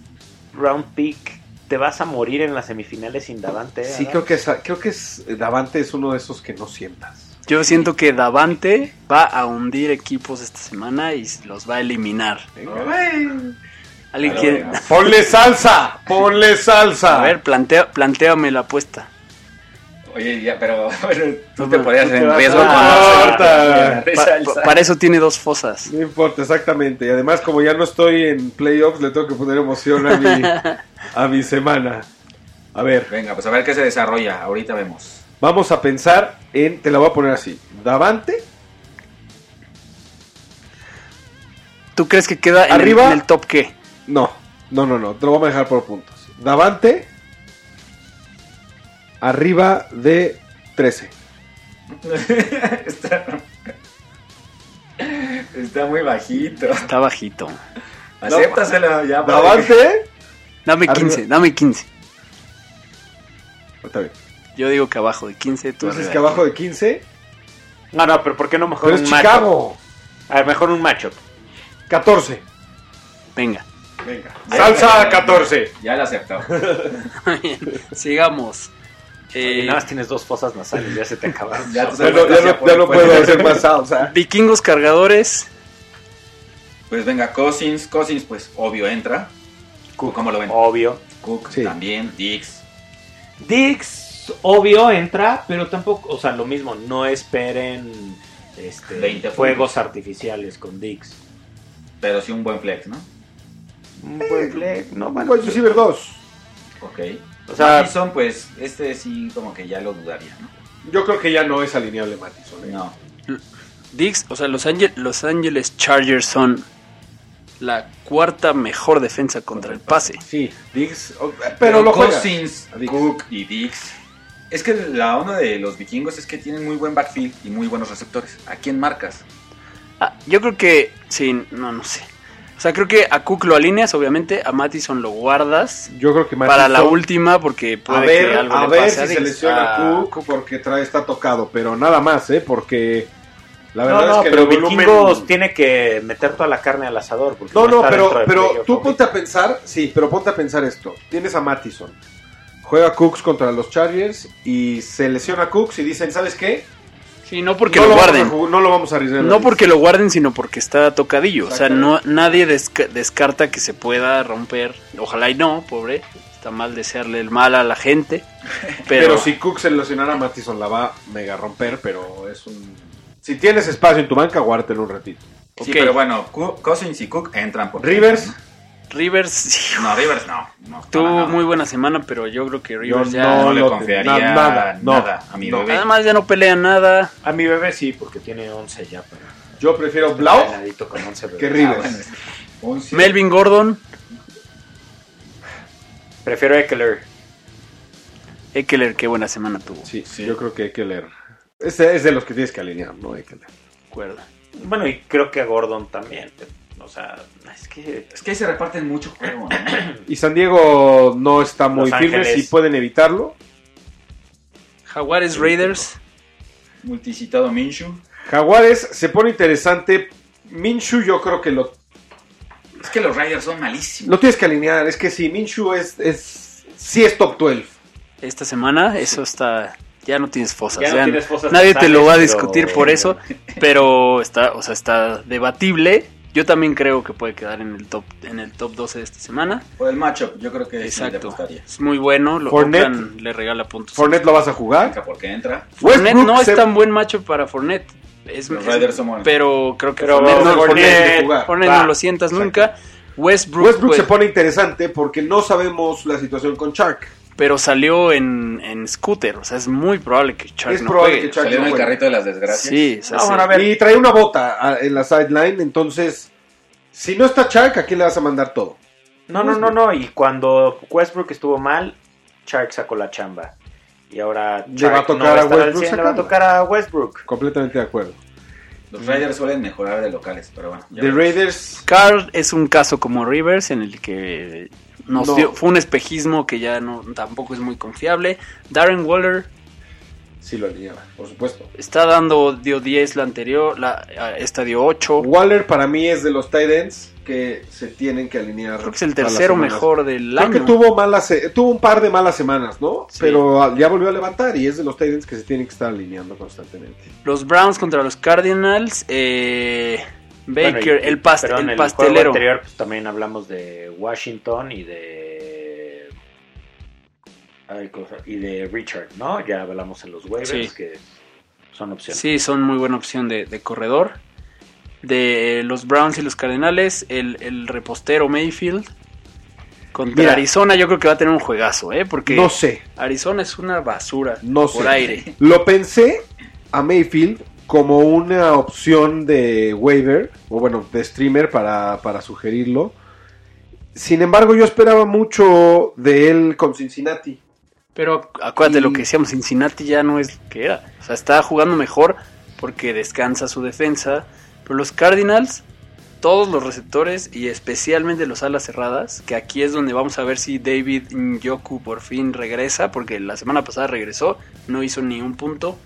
Speaker 4: round pick. Te vas a morir en las semifinales sin Davante.
Speaker 2: Sí,
Speaker 4: Adams.
Speaker 2: creo que es, creo que es eh, Davante es uno de esos que no sientas.
Speaker 1: Yo siento que Davante va a hundir equipos esta semana y los va a eliminar. ¿Alguien
Speaker 3: Claro,
Speaker 1: quiere?
Speaker 3: venga.
Speaker 2: Ponle salsa, ponle salsa.
Speaker 1: A ver, plantea, planteame la apuesta.
Speaker 3: Oye, ya, pero bueno, tú te
Speaker 1: Tú
Speaker 3: podías
Speaker 2: te
Speaker 3: en
Speaker 2: vas
Speaker 3: riesgo
Speaker 2: a-
Speaker 3: con
Speaker 2: ¡Corta!
Speaker 3: la
Speaker 1: Pa- pa- para eso tiene dos fosas.
Speaker 2: No importa, exactamente. Y además, como ya no estoy en playoffs, le tengo que poner emoción a mi, a mi semana. A ver,
Speaker 3: Venga, pues a ver qué se desarrolla. Ahorita vemos.
Speaker 2: vamos a pensar en, te la voy a poner así, Davante,
Speaker 1: ¿Tú crees que queda en, el-
Speaker 2: Arriba.
Speaker 1: en el top qué?
Speaker 2: no, no, no, no, te lo vamos a dejar por puntos. Davante, arriba de 13.
Speaker 3: está, está muy bajito.
Speaker 1: Está bajito.
Speaker 3: Acéptasela ya. padre.
Speaker 2: Davante,
Speaker 1: Dame
Speaker 2: Arriba.
Speaker 1: 15, dame 15.
Speaker 2: está bien.
Speaker 1: Yo digo que abajo de 15, tú
Speaker 2: Entonces
Speaker 1: arriba
Speaker 2: que
Speaker 1: de
Speaker 2: abajo de 15,
Speaker 4: No, no, pero ¿por qué no mejor
Speaker 2: pero es
Speaker 4: un matchup?
Speaker 2: Chicago,
Speaker 4: A lo mejor un matchup.
Speaker 2: 14.
Speaker 1: 15. Venga.
Speaker 3: Venga.
Speaker 2: Salsa 14.
Speaker 3: Ya la aceptó.
Speaker 1: Sigamos.
Speaker 4: Y
Speaker 1: Eh,
Speaker 4: nada más tienes dos fosas nasales, ya se te acabaron.
Speaker 3: Ya, tú
Speaker 2: Ya
Speaker 3: sabes
Speaker 2: no,
Speaker 3: que
Speaker 2: ya
Speaker 3: hacía
Speaker 2: no- ya no
Speaker 3: por-
Speaker 2: puedo hacer más salsa.
Speaker 1: vikingos cargadores.
Speaker 3: Pues venga, Cousins. Cousins, pues obvio entra. Cook, ¿cómo lo ven?
Speaker 4: Obvio.
Speaker 3: Cook
Speaker 2: Oh. Sí.
Speaker 3: también. Dix.
Speaker 4: Dix, obvio, entra, pero tampoco, o sea, lo mismo, no esperen este,
Speaker 3: 20
Speaker 4: fuegos artificiales con Dix.
Speaker 3: Pero sí un buen flex, ¿no?
Speaker 4: Un buen play, Mm, pues, no, bueno,
Speaker 2: Wide receiver 2.
Speaker 3: Ok.
Speaker 4: O sea-
Speaker 3: Madison, pues este sí como que ya lo dudaría, ¿no?
Speaker 2: Yo creo que ya no es alineable Matison. ¿eh?
Speaker 3: No.
Speaker 1: Dix, o sea, Los Ángeles, Los Ángeles Chargers son la cuarta mejor defensa contra el pase.
Speaker 2: Sí, Diggs. oh, Pero lo juega.
Speaker 3: Cousins,
Speaker 2: A Dix.
Speaker 3: Cook y Dix. Es que la onda de los vikingos es que tienen muy buen backfield y muy buenos receptores. ¿A quién marcas?
Speaker 1: Ah, yo creo que, sí, no, no sé. O sea, creo que a Cook lo alineas, obviamente, a Mattison lo guardas
Speaker 2: Yo creo que Mattison-
Speaker 1: para la última porque
Speaker 2: A
Speaker 1: puede que
Speaker 2: ver,
Speaker 1: algo
Speaker 2: a
Speaker 1: le
Speaker 2: ver
Speaker 1: pase a
Speaker 2: si se
Speaker 1: Dix.
Speaker 2: lesiona
Speaker 1: Ah,
Speaker 2: Cook porque trae, está tocado, pero nada más, ¿eh? Porque la
Speaker 4: No,
Speaker 2: verdad
Speaker 4: no,
Speaker 2: es que
Speaker 4: pero
Speaker 2: el volumen-
Speaker 4: Vikingos tiene que meter toda la carne al asador. Porque
Speaker 2: No, no,
Speaker 4: está
Speaker 2: pero,
Speaker 4: dentro de
Speaker 2: pero
Speaker 4: playoff
Speaker 2: tú
Speaker 4: ahorita.
Speaker 2: ponte a pensar, sí, pero ponte a pensar esto. Tienes a Mattison, juega Cooks contra los Chargers y se lesiona Cooks y dicen, ¿sabes qué?
Speaker 1: Sí, no porque
Speaker 2: no
Speaker 1: lo
Speaker 2: vamos a
Speaker 1: guarden.
Speaker 2: jug- no lo vamos a arriesgar.
Speaker 1: No porque lo guarden, sino porque está tocadillo. O sea, no,
Speaker 2: Exactamente.
Speaker 1: nadie desca- descarta que se pueda romper. Ojalá y no, pobre. Está mal desearle el mal a la gente.
Speaker 2: Pero,
Speaker 1: Pero,
Speaker 2: si Cook se lesionara, Mattison la va a mega romper, pero es un... Si tienes espacio en tu banca, guártelo un ratito.
Speaker 1: ok,
Speaker 3: Sí, pero bueno, Cu- Cousins y Cook entran por
Speaker 2: Rivers,
Speaker 1: Rivers, sí,
Speaker 3: No, Rivers no. no para
Speaker 1: tuvo
Speaker 3: nada.
Speaker 1: muy buena semana, pero yo creo que Rivers
Speaker 2: Yo
Speaker 1: ya.
Speaker 3: No,
Speaker 2: No
Speaker 3: le
Speaker 2: lo-
Speaker 3: confiaría
Speaker 2: na- nada,
Speaker 3: nada,
Speaker 2: no,
Speaker 3: a mi
Speaker 2: no.
Speaker 3: bebé.
Speaker 1: Además, ya no pelea nada.
Speaker 4: A mi bebé sí, porque tiene 11 ya. Pero
Speaker 2: yo prefiero Blau
Speaker 4: Ganadito con 11 bebés.
Speaker 2: que
Speaker 3: Ah,
Speaker 2: Rivers.
Speaker 3: bueno, es- un sí.
Speaker 1: Melvin Gordon,
Speaker 4: Prefiero Eckler.
Speaker 1: Eckler, qué buena semana tuvo.
Speaker 2: Sí,
Speaker 3: Sí.
Speaker 2: yo creo que hay que leer. Este es de los que tienes que alinear, ¿no? Hay que leer.
Speaker 1: de acuerdo.
Speaker 4: Bueno, y creo que a Gordon también. pero, O sea, es que.
Speaker 3: Es que ahí se reparten mucho juego, ¿no?
Speaker 2: Y San Diego no está muy
Speaker 4: Los
Speaker 2: firme,
Speaker 4: Ángeles.
Speaker 2: si pueden evitarlo.
Speaker 1: Jaguares Raiders.
Speaker 3: Multicitado Minshew.
Speaker 2: Jaguares se pone interesante. Minshu yo creo que lo,
Speaker 3: Es que los Raiders son malísimos.
Speaker 2: lo tienes que alinear. Es que sí, Minshu es, es, sí es top 12.
Speaker 1: Esta semana, eso está. Ya no tienes fosas.
Speaker 4: Ya no
Speaker 1: ya
Speaker 4: tienes fosas
Speaker 1: nadie te lo va a
Speaker 4: nasales,
Speaker 1: discutir
Speaker 4: pero-
Speaker 1: por eso. Pero está, o sea, está debatible. Yo también creo que puede quedar en el top, en el top 12 de esta semana.
Speaker 3: Por el matchup, yo creo que sí le
Speaker 1: Exacto.
Speaker 3: gustaría.
Speaker 1: Es muy bueno. Lo
Speaker 2: Fournette.
Speaker 1: Oakland le regala puntos.
Speaker 2: Fournette lo vas a jugar.
Speaker 3: Porque entra.
Speaker 1: Fournette
Speaker 2: Westbrook
Speaker 1: no es
Speaker 2: se-
Speaker 1: tan buen macho para Fournette. Es,
Speaker 3: Los
Speaker 1: es-
Speaker 3: Raiders son buenos.
Speaker 1: pero creo que
Speaker 4: Pero
Speaker 1: Fournette, no,
Speaker 2: Fournette,
Speaker 4: Fournette,
Speaker 2: jugar.
Speaker 1: Fournette
Speaker 4: va.
Speaker 1: no lo sientas nunca. Westbrook,
Speaker 2: Westbrook
Speaker 1: pues,
Speaker 2: se pone interesante porque no sabemos la situación con Chark.
Speaker 1: pero salió en, en scooter. O sea, es muy probable que Chark
Speaker 2: Es
Speaker 1: no
Speaker 2: probable
Speaker 1: juegue.
Speaker 2: que Chark
Speaker 3: Salió en
Speaker 2: no
Speaker 3: el
Speaker 2: juegue.
Speaker 3: carrito de las desgracias.
Speaker 1: Sí, o sea,
Speaker 4: No,
Speaker 1: sí.
Speaker 4: bueno, a ver.
Speaker 2: Y trae una bota a- en la sideline, entonces si no está Chark, ¿a quién le vas a mandar todo?
Speaker 4: No, no, no, no. Y cuando Westbrook estuvo mal, Chark sacó la chamba. Y ahora
Speaker 2: Le
Speaker 4: Chark
Speaker 2: va a tocar
Speaker 4: no
Speaker 2: a
Speaker 4: estar al
Speaker 2: Westbrook
Speaker 4: 100, le va a
Speaker 2: sacarla.
Speaker 4: tocar a Westbrook.
Speaker 2: Completamente de acuerdo.
Speaker 3: Los Raiders suelen mejorar de locales, pero bueno. ya
Speaker 2: The
Speaker 3: veremos.
Speaker 2: Raiders
Speaker 1: Carr es un caso como Rivers en el que nos
Speaker 2: No.
Speaker 1: dio, fue un espejismo que ya no tampoco es muy confiable. Darren Waller
Speaker 2: sí lo alineaba, por supuesto.
Speaker 1: está dando dio 10 la anterior, la ah, esta dio 8.
Speaker 2: Waller para mí es de los tight ends que se tienen que alinear.
Speaker 1: Creo que es el
Speaker 2: para las
Speaker 1: tercero
Speaker 2: semanas.
Speaker 1: mejor del
Speaker 2: Creo que
Speaker 1: año.
Speaker 2: tuvo, malas, se- tuvo un par de malas semanas, ¿no?
Speaker 1: Sí.
Speaker 2: Pero ah, ya volvió a levantar y es de los tight ends que se tienen que estar alineando constantemente.
Speaker 1: Los Browns contra los Cardinals. eh, Baker,
Speaker 4: Bueno, y-
Speaker 1: el, pas-
Speaker 4: perdón,
Speaker 1: el
Speaker 4: en juego
Speaker 1: pastelero.
Speaker 4: anterior pues, también hablamos de Washington y de... hay cosas- y de Richard, ¿no? Ya hablamos en los waivers
Speaker 1: Sí.
Speaker 4: que son opciones.
Speaker 1: Sí, son muy buena opción de, de corredor. De los Browns y los Cardenales, el, el repostero Mayfield. Contra
Speaker 2: Mira.
Speaker 1: Arizona yo creo que va a tener un juegazo, ¿eh? Porque
Speaker 2: No sé,
Speaker 1: Arizona es una basura
Speaker 2: no sé.
Speaker 1: por aire.
Speaker 2: Lo pensé a Mayfield como una opción de waiver, o bueno, de streamer para, para sugerirlo. Sin embargo, yo esperaba mucho de él con Cincinnati.
Speaker 1: Pero acuérdate
Speaker 2: Y-
Speaker 1: lo que decíamos, Cincinnati ya no es lo que era. O sea, está jugando mejor porque descansa su defensa. Pero los Cardinals, todos los receptores y especialmente los alas cerradas, que aquí es donde vamos a ver si David Njoku por fin regresa, porque la semana pasada regresó, no hizo ni un punto.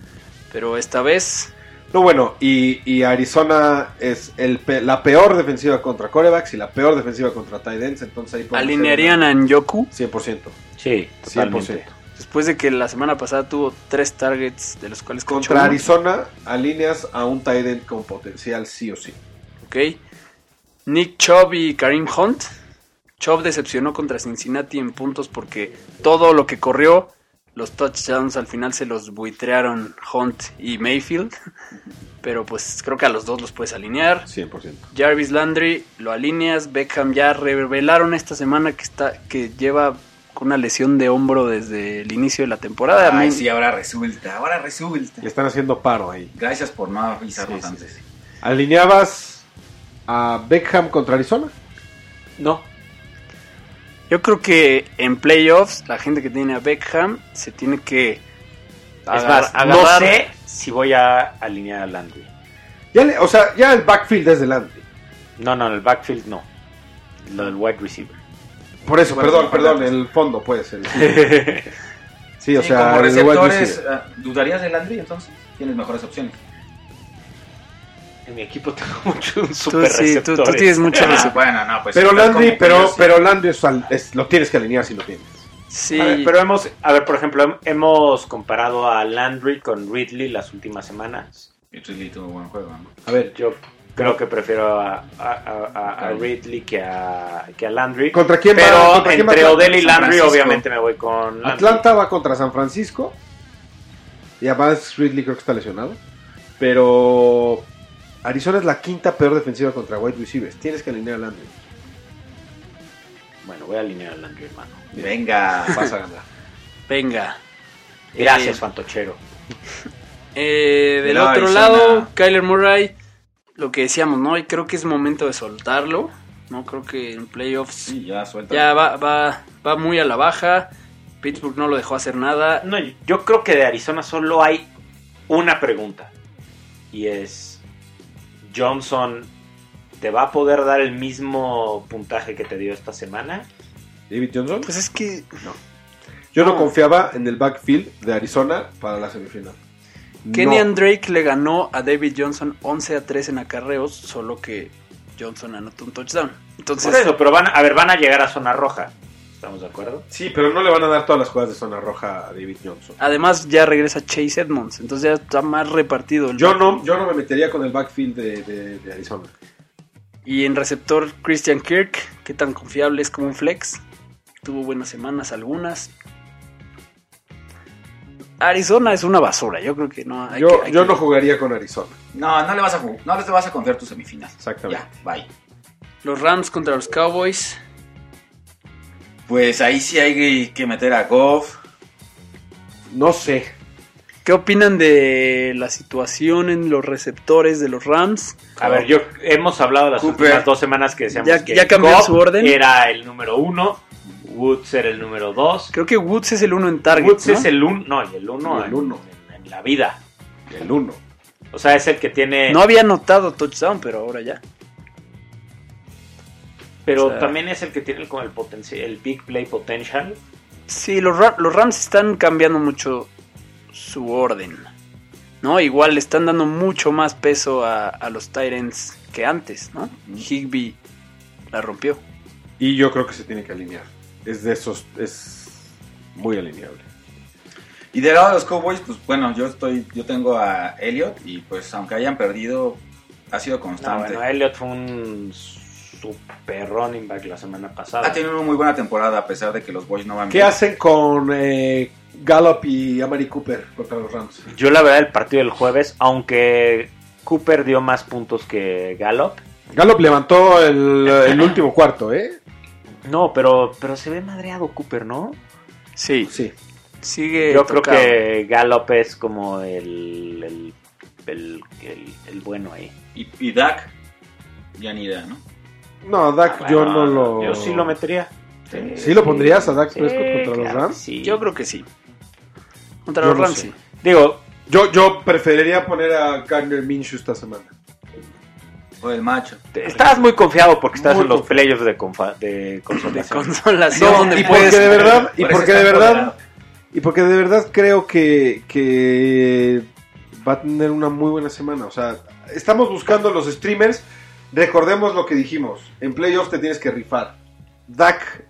Speaker 1: Pero esta vez,
Speaker 2: No, bueno, y, y Arizona es el pe- la peor defensiva contra corebacks y la peor defensiva contra tight ends, entonces ahí podemos
Speaker 1: alinearían a Njoku
Speaker 2: 100%,
Speaker 4: Sí,
Speaker 2: 100%.
Speaker 4: totalmente.
Speaker 1: después de que la semana pasada tuvo tres targets, de los cuales cachó
Speaker 2: Contra
Speaker 1: uno.
Speaker 2: Arizona alineas a un tight end con potencial sí o sí.
Speaker 1: Ok. Nick Chubb y Karim Hunt. Chubb decepcionó contra Cincinnati en puntos porque todo lo que corrió, los touchdowns al final se los buitrearon Hunt y Mayfield. Pero pues creo que a los dos los puedes alinear.
Speaker 2: 100%.
Speaker 1: Jarvis Landry lo alineas, Beckham ya revelaron esta semana que está que lleva con una lesión de hombro desde el inicio de la temporada. A mí-
Speaker 3: Ay, sí, ahora resulta, ahora resulta.
Speaker 2: Le están haciendo paro ahí.
Speaker 3: Gracias por no avisarnos
Speaker 1: Sí, sí,
Speaker 3: antes.
Speaker 2: ¿Alineabas a Beckham contra Arizona?
Speaker 1: No. Yo creo que en playoffs la gente que tiene a Beckham se tiene que
Speaker 4: Es
Speaker 1: agar-
Speaker 4: más,
Speaker 1: agarrar-
Speaker 4: no sé si voy a alinear a Landry.
Speaker 2: Ya le- o sea, ya el backfield es delante.
Speaker 4: No, no, en el backfield no. Lo del wide receiver.
Speaker 2: Por eso,
Speaker 3: Bueno,
Speaker 2: perdón,
Speaker 3: sí,
Speaker 2: perdón,
Speaker 3: perdón.
Speaker 2: el fondo puede ser. Sí, o
Speaker 3: Sí,
Speaker 2: sea,
Speaker 3: como
Speaker 2: el wide
Speaker 3: receptores,
Speaker 2: receiver.
Speaker 3: ah, ¿dudarías de Landry entonces? Tienes mejores opciones.
Speaker 4: en mi equipo tengo muchos
Speaker 1: tú,
Speaker 4: super este.
Speaker 1: sí, tú- tú
Speaker 4: receptores.
Speaker 1: tienes mucho
Speaker 3: Ah,
Speaker 1: receptor.
Speaker 3: bueno, no, pues.
Speaker 2: Pero
Speaker 3: estás
Speaker 2: Landry,
Speaker 3: como
Speaker 2: pero,
Speaker 3: curioso.
Speaker 2: pero Landry es al- es- lo tienes que alinear si lo tienes.
Speaker 1: Sí,
Speaker 4: A ver, pero hemos, a ver, por ejemplo, hem- hemos comparado a Landry con Ridley las últimas semanas.
Speaker 3: Y Ridley tuvo buen juego, ¿no?
Speaker 2: A ver,
Speaker 4: Yo creo que prefiero a, a- a- a- a Ridley que a, que a Landry.
Speaker 2: ¿contra quién va?
Speaker 4: pero
Speaker 2: ¿Contra quién va
Speaker 4: entre
Speaker 2: Atlanta?
Speaker 4: Odell y
Speaker 3: San
Speaker 4: Landry,
Speaker 3: Francisco.
Speaker 4: obviamente me voy con Landry.
Speaker 2: Atlanta va contra San Francisco. Y además Ridley creo que está lesionado. Pero Arizona es la quinta peor defensiva contra wide receivers. Tienes que alinear a Landry.
Speaker 4: Bueno, voy a alinear a Landry, hermano.
Speaker 3: Venga.
Speaker 2: Vas a ganar.
Speaker 1: venga.
Speaker 4: Gracias,
Speaker 1: Eh,
Speaker 4: Fantochero.
Speaker 1: eh, del
Speaker 3: No,
Speaker 1: otro
Speaker 3: Arizona.
Speaker 1: lado, Kyler Murray, lo que decíamos, ¿no? Y creo que es momento de soltarlo, ¿no? Creo que en playoffs
Speaker 3: Sí, ya suelta.
Speaker 1: ya va, va, va muy a la baja. Pittsburgh no lo dejó hacer nada.
Speaker 4: No, yo creo que de Arizona solo hay una pregunta. Y es, Johnson, ¿te va a poder dar el mismo puntaje que te dio esta semana?
Speaker 2: David Johnson.
Speaker 1: Pues es que
Speaker 2: Yo no,
Speaker 4: No.
Speaker 2: confiaba en el backfield de Arizona para la semifinal.
Speaker 1: Kenyan
Speaker 2: No.
Speaker 1: Drake le ganó a David Johnson 11 a 3 en acarreos, solo que Johnson anotó un touchdown. Entonces,
Speaker 4: Por Pues eso, pero van, a ver, van a llegar a zona roja. ¿Estamos de acuerdo?
Speaker 2: Sí, pero no le van a dar todas las jugadas de zona roja a David Johnson.
Speaker 1: además ya regresa Chase Edmonds, entonces ya está más repartido. el
Speaker 2: Yo no,
Speaker 1: backfield.
Speaker 2: yo no me metería con el backfield de, de- de Arizona.
Speaker 1: Y en receptor Christian Kirk, qué tan confiable es como un flex. Tuvo buenas semanas algunas. Arizona es una basura, yo creo que no. hay
Speaker 2: Yo,
Speaker 1: que- hay
Speaker 2: yo
Speaker 1: que-
Speaker 2: no jugaría con Arizona.
Speaker 3: No, no le vas a jugar. No le te vas a confiar tu semifinal.
Speaker 2: Exactamente.
Speaker 3: Ya, bye.
Speaker 1: Los Rams contra los Cowboys.
Speaker 3: Pues ahí sí hay que meter a Goff.
Speaker 2: No sé.
Speaker 1: ¿Qué opinan de la situación en los receptores de los Rams?
Speaker 4: A ver, yo hemos hablado las
Speaker 3: Cooper.
Speaker 4: últimas dos semanas que decíamos
Speaker 1: Oh. Ya-
Speaker 4: que
Speaker 1: ya cambió
Speaker 4: Cobb
Speaker 1: su orden.
Speaker 4: Era el número uno, Woods era el número dos.
Speaker 1: Creo que Woods es el uno en target.
Speaker 4: Woods
Speaker 1: ¿no?
Speaker 4: es el uno, no, y el uno,
Speaker 2: El
Speaker 4: en-
Speaker 2: uno.
Speaker 4: En, en la vida.
Speaker 2: El uno.
Speaker 4: O sea, es el que tiene...
Speaker 1: No había anotado touchdown, pero ahora ya.
Speaker 4: pero
Speaker 1: o sea-
Speaker 4: también es el que tiene el, como el, potenci- el big play potential.
Speaker 1: Sí, los, Ra- los Rams están cambiando mucho su orden. ¿No? Igual le están dando mucho más peso a, a los Tyrants que antes, ¿no? Higby la rompió.
Speaker 2: Y yo creo que se tiene que alinear. Es de esos. Es muy alineable.
Speaker 3: Y del lado de los Cowboys, pues bueno, yo estoy, yo tengo a Elliot y pues aunque hayan perdido, ha sido
Speaker 4: No,
Speaker 3: constante.
Speaker 4: bueno, Elliot fue un s- super running back la semana
Speaker 3: Ha
Speaker 4: pasada.
Speaker 3: tenido una muy buena temporada a pesar de que los Boys no van
Speaker 2: ¿Qué hacen con eh, Gallup y Amari Cooper contra los Rams?
Speaker 4: Yo la verdad el partido del jueves, aunque Cooper dio más puntos que Gallup,
Speaker 2: Gallup levantó el, el último cuarto, ¿eh?
Speaker 4: no, pero, pero se ve madreado Cooper, ¿no?
Speaker 1: Sí,
Speaker 2: Sí.
Speaker 1: sigue.
Speaker 4: Yo creo
Speaker 1: tocado.
Speaker 4: que Gallup es como el, el, el- el- el bueno ahí.
Speaker 3: Y, y Dak ya ni idea, ¿no?
Speaker 2: No, Dak,
Speaker 4: Ah,
Speaker 2: yo no
Speaker 4: bueno,
Speaker 2: lo.
Speaker 4: Yo sí lo metería.
Speaker 3: Sí.
Speaker 2: ¿Sí lo pondrías a Dak
Speaker 4: Sí,
Speaker 2: Prescott contra los
Speaker 4: claro
Speaker 2: Rams?
Speaker 4: que sí.
Speaker 1: Yo creo que sí. Contra
Speaker 2: Yo
Speaker 1: los
Speaker 2: no
Speaker 1: Rams,
Speaker 2: sé.
Speaker 1: sí.
Speaker 4: Digo,
Speaker 2: Yo, yo preferiría poner a Gardner Minshew esta semana.
Speaker 3: O el macho.
Speaker 4: te- estabas muy confiado porque estás
Speaker 2: Muy
Speaker 4: en los
Speaker 2: confiado.
Speaker 4: playoffs de, confa- de
Speaker 1: De
Speaker 4: consolación.
Speaker 1: consolación,
Speaker 2: No,
Speaker 1: donde
Speaker 2: y
Speaker 1: puedes-
Speaker 2: porque de verdad, y
Speaker 3: Por eso
Speaker 2: porque de
Speaker 3: está
Speaker 2: verdad,
Speaker 3: empoderado.
Speaker 2: y porque de verdad creo que, que va a tener una muy buena semana. O sea, estamos buscando los streamers. Recordemos lo que dijimos. En playoffs te tienes que rifar. Dak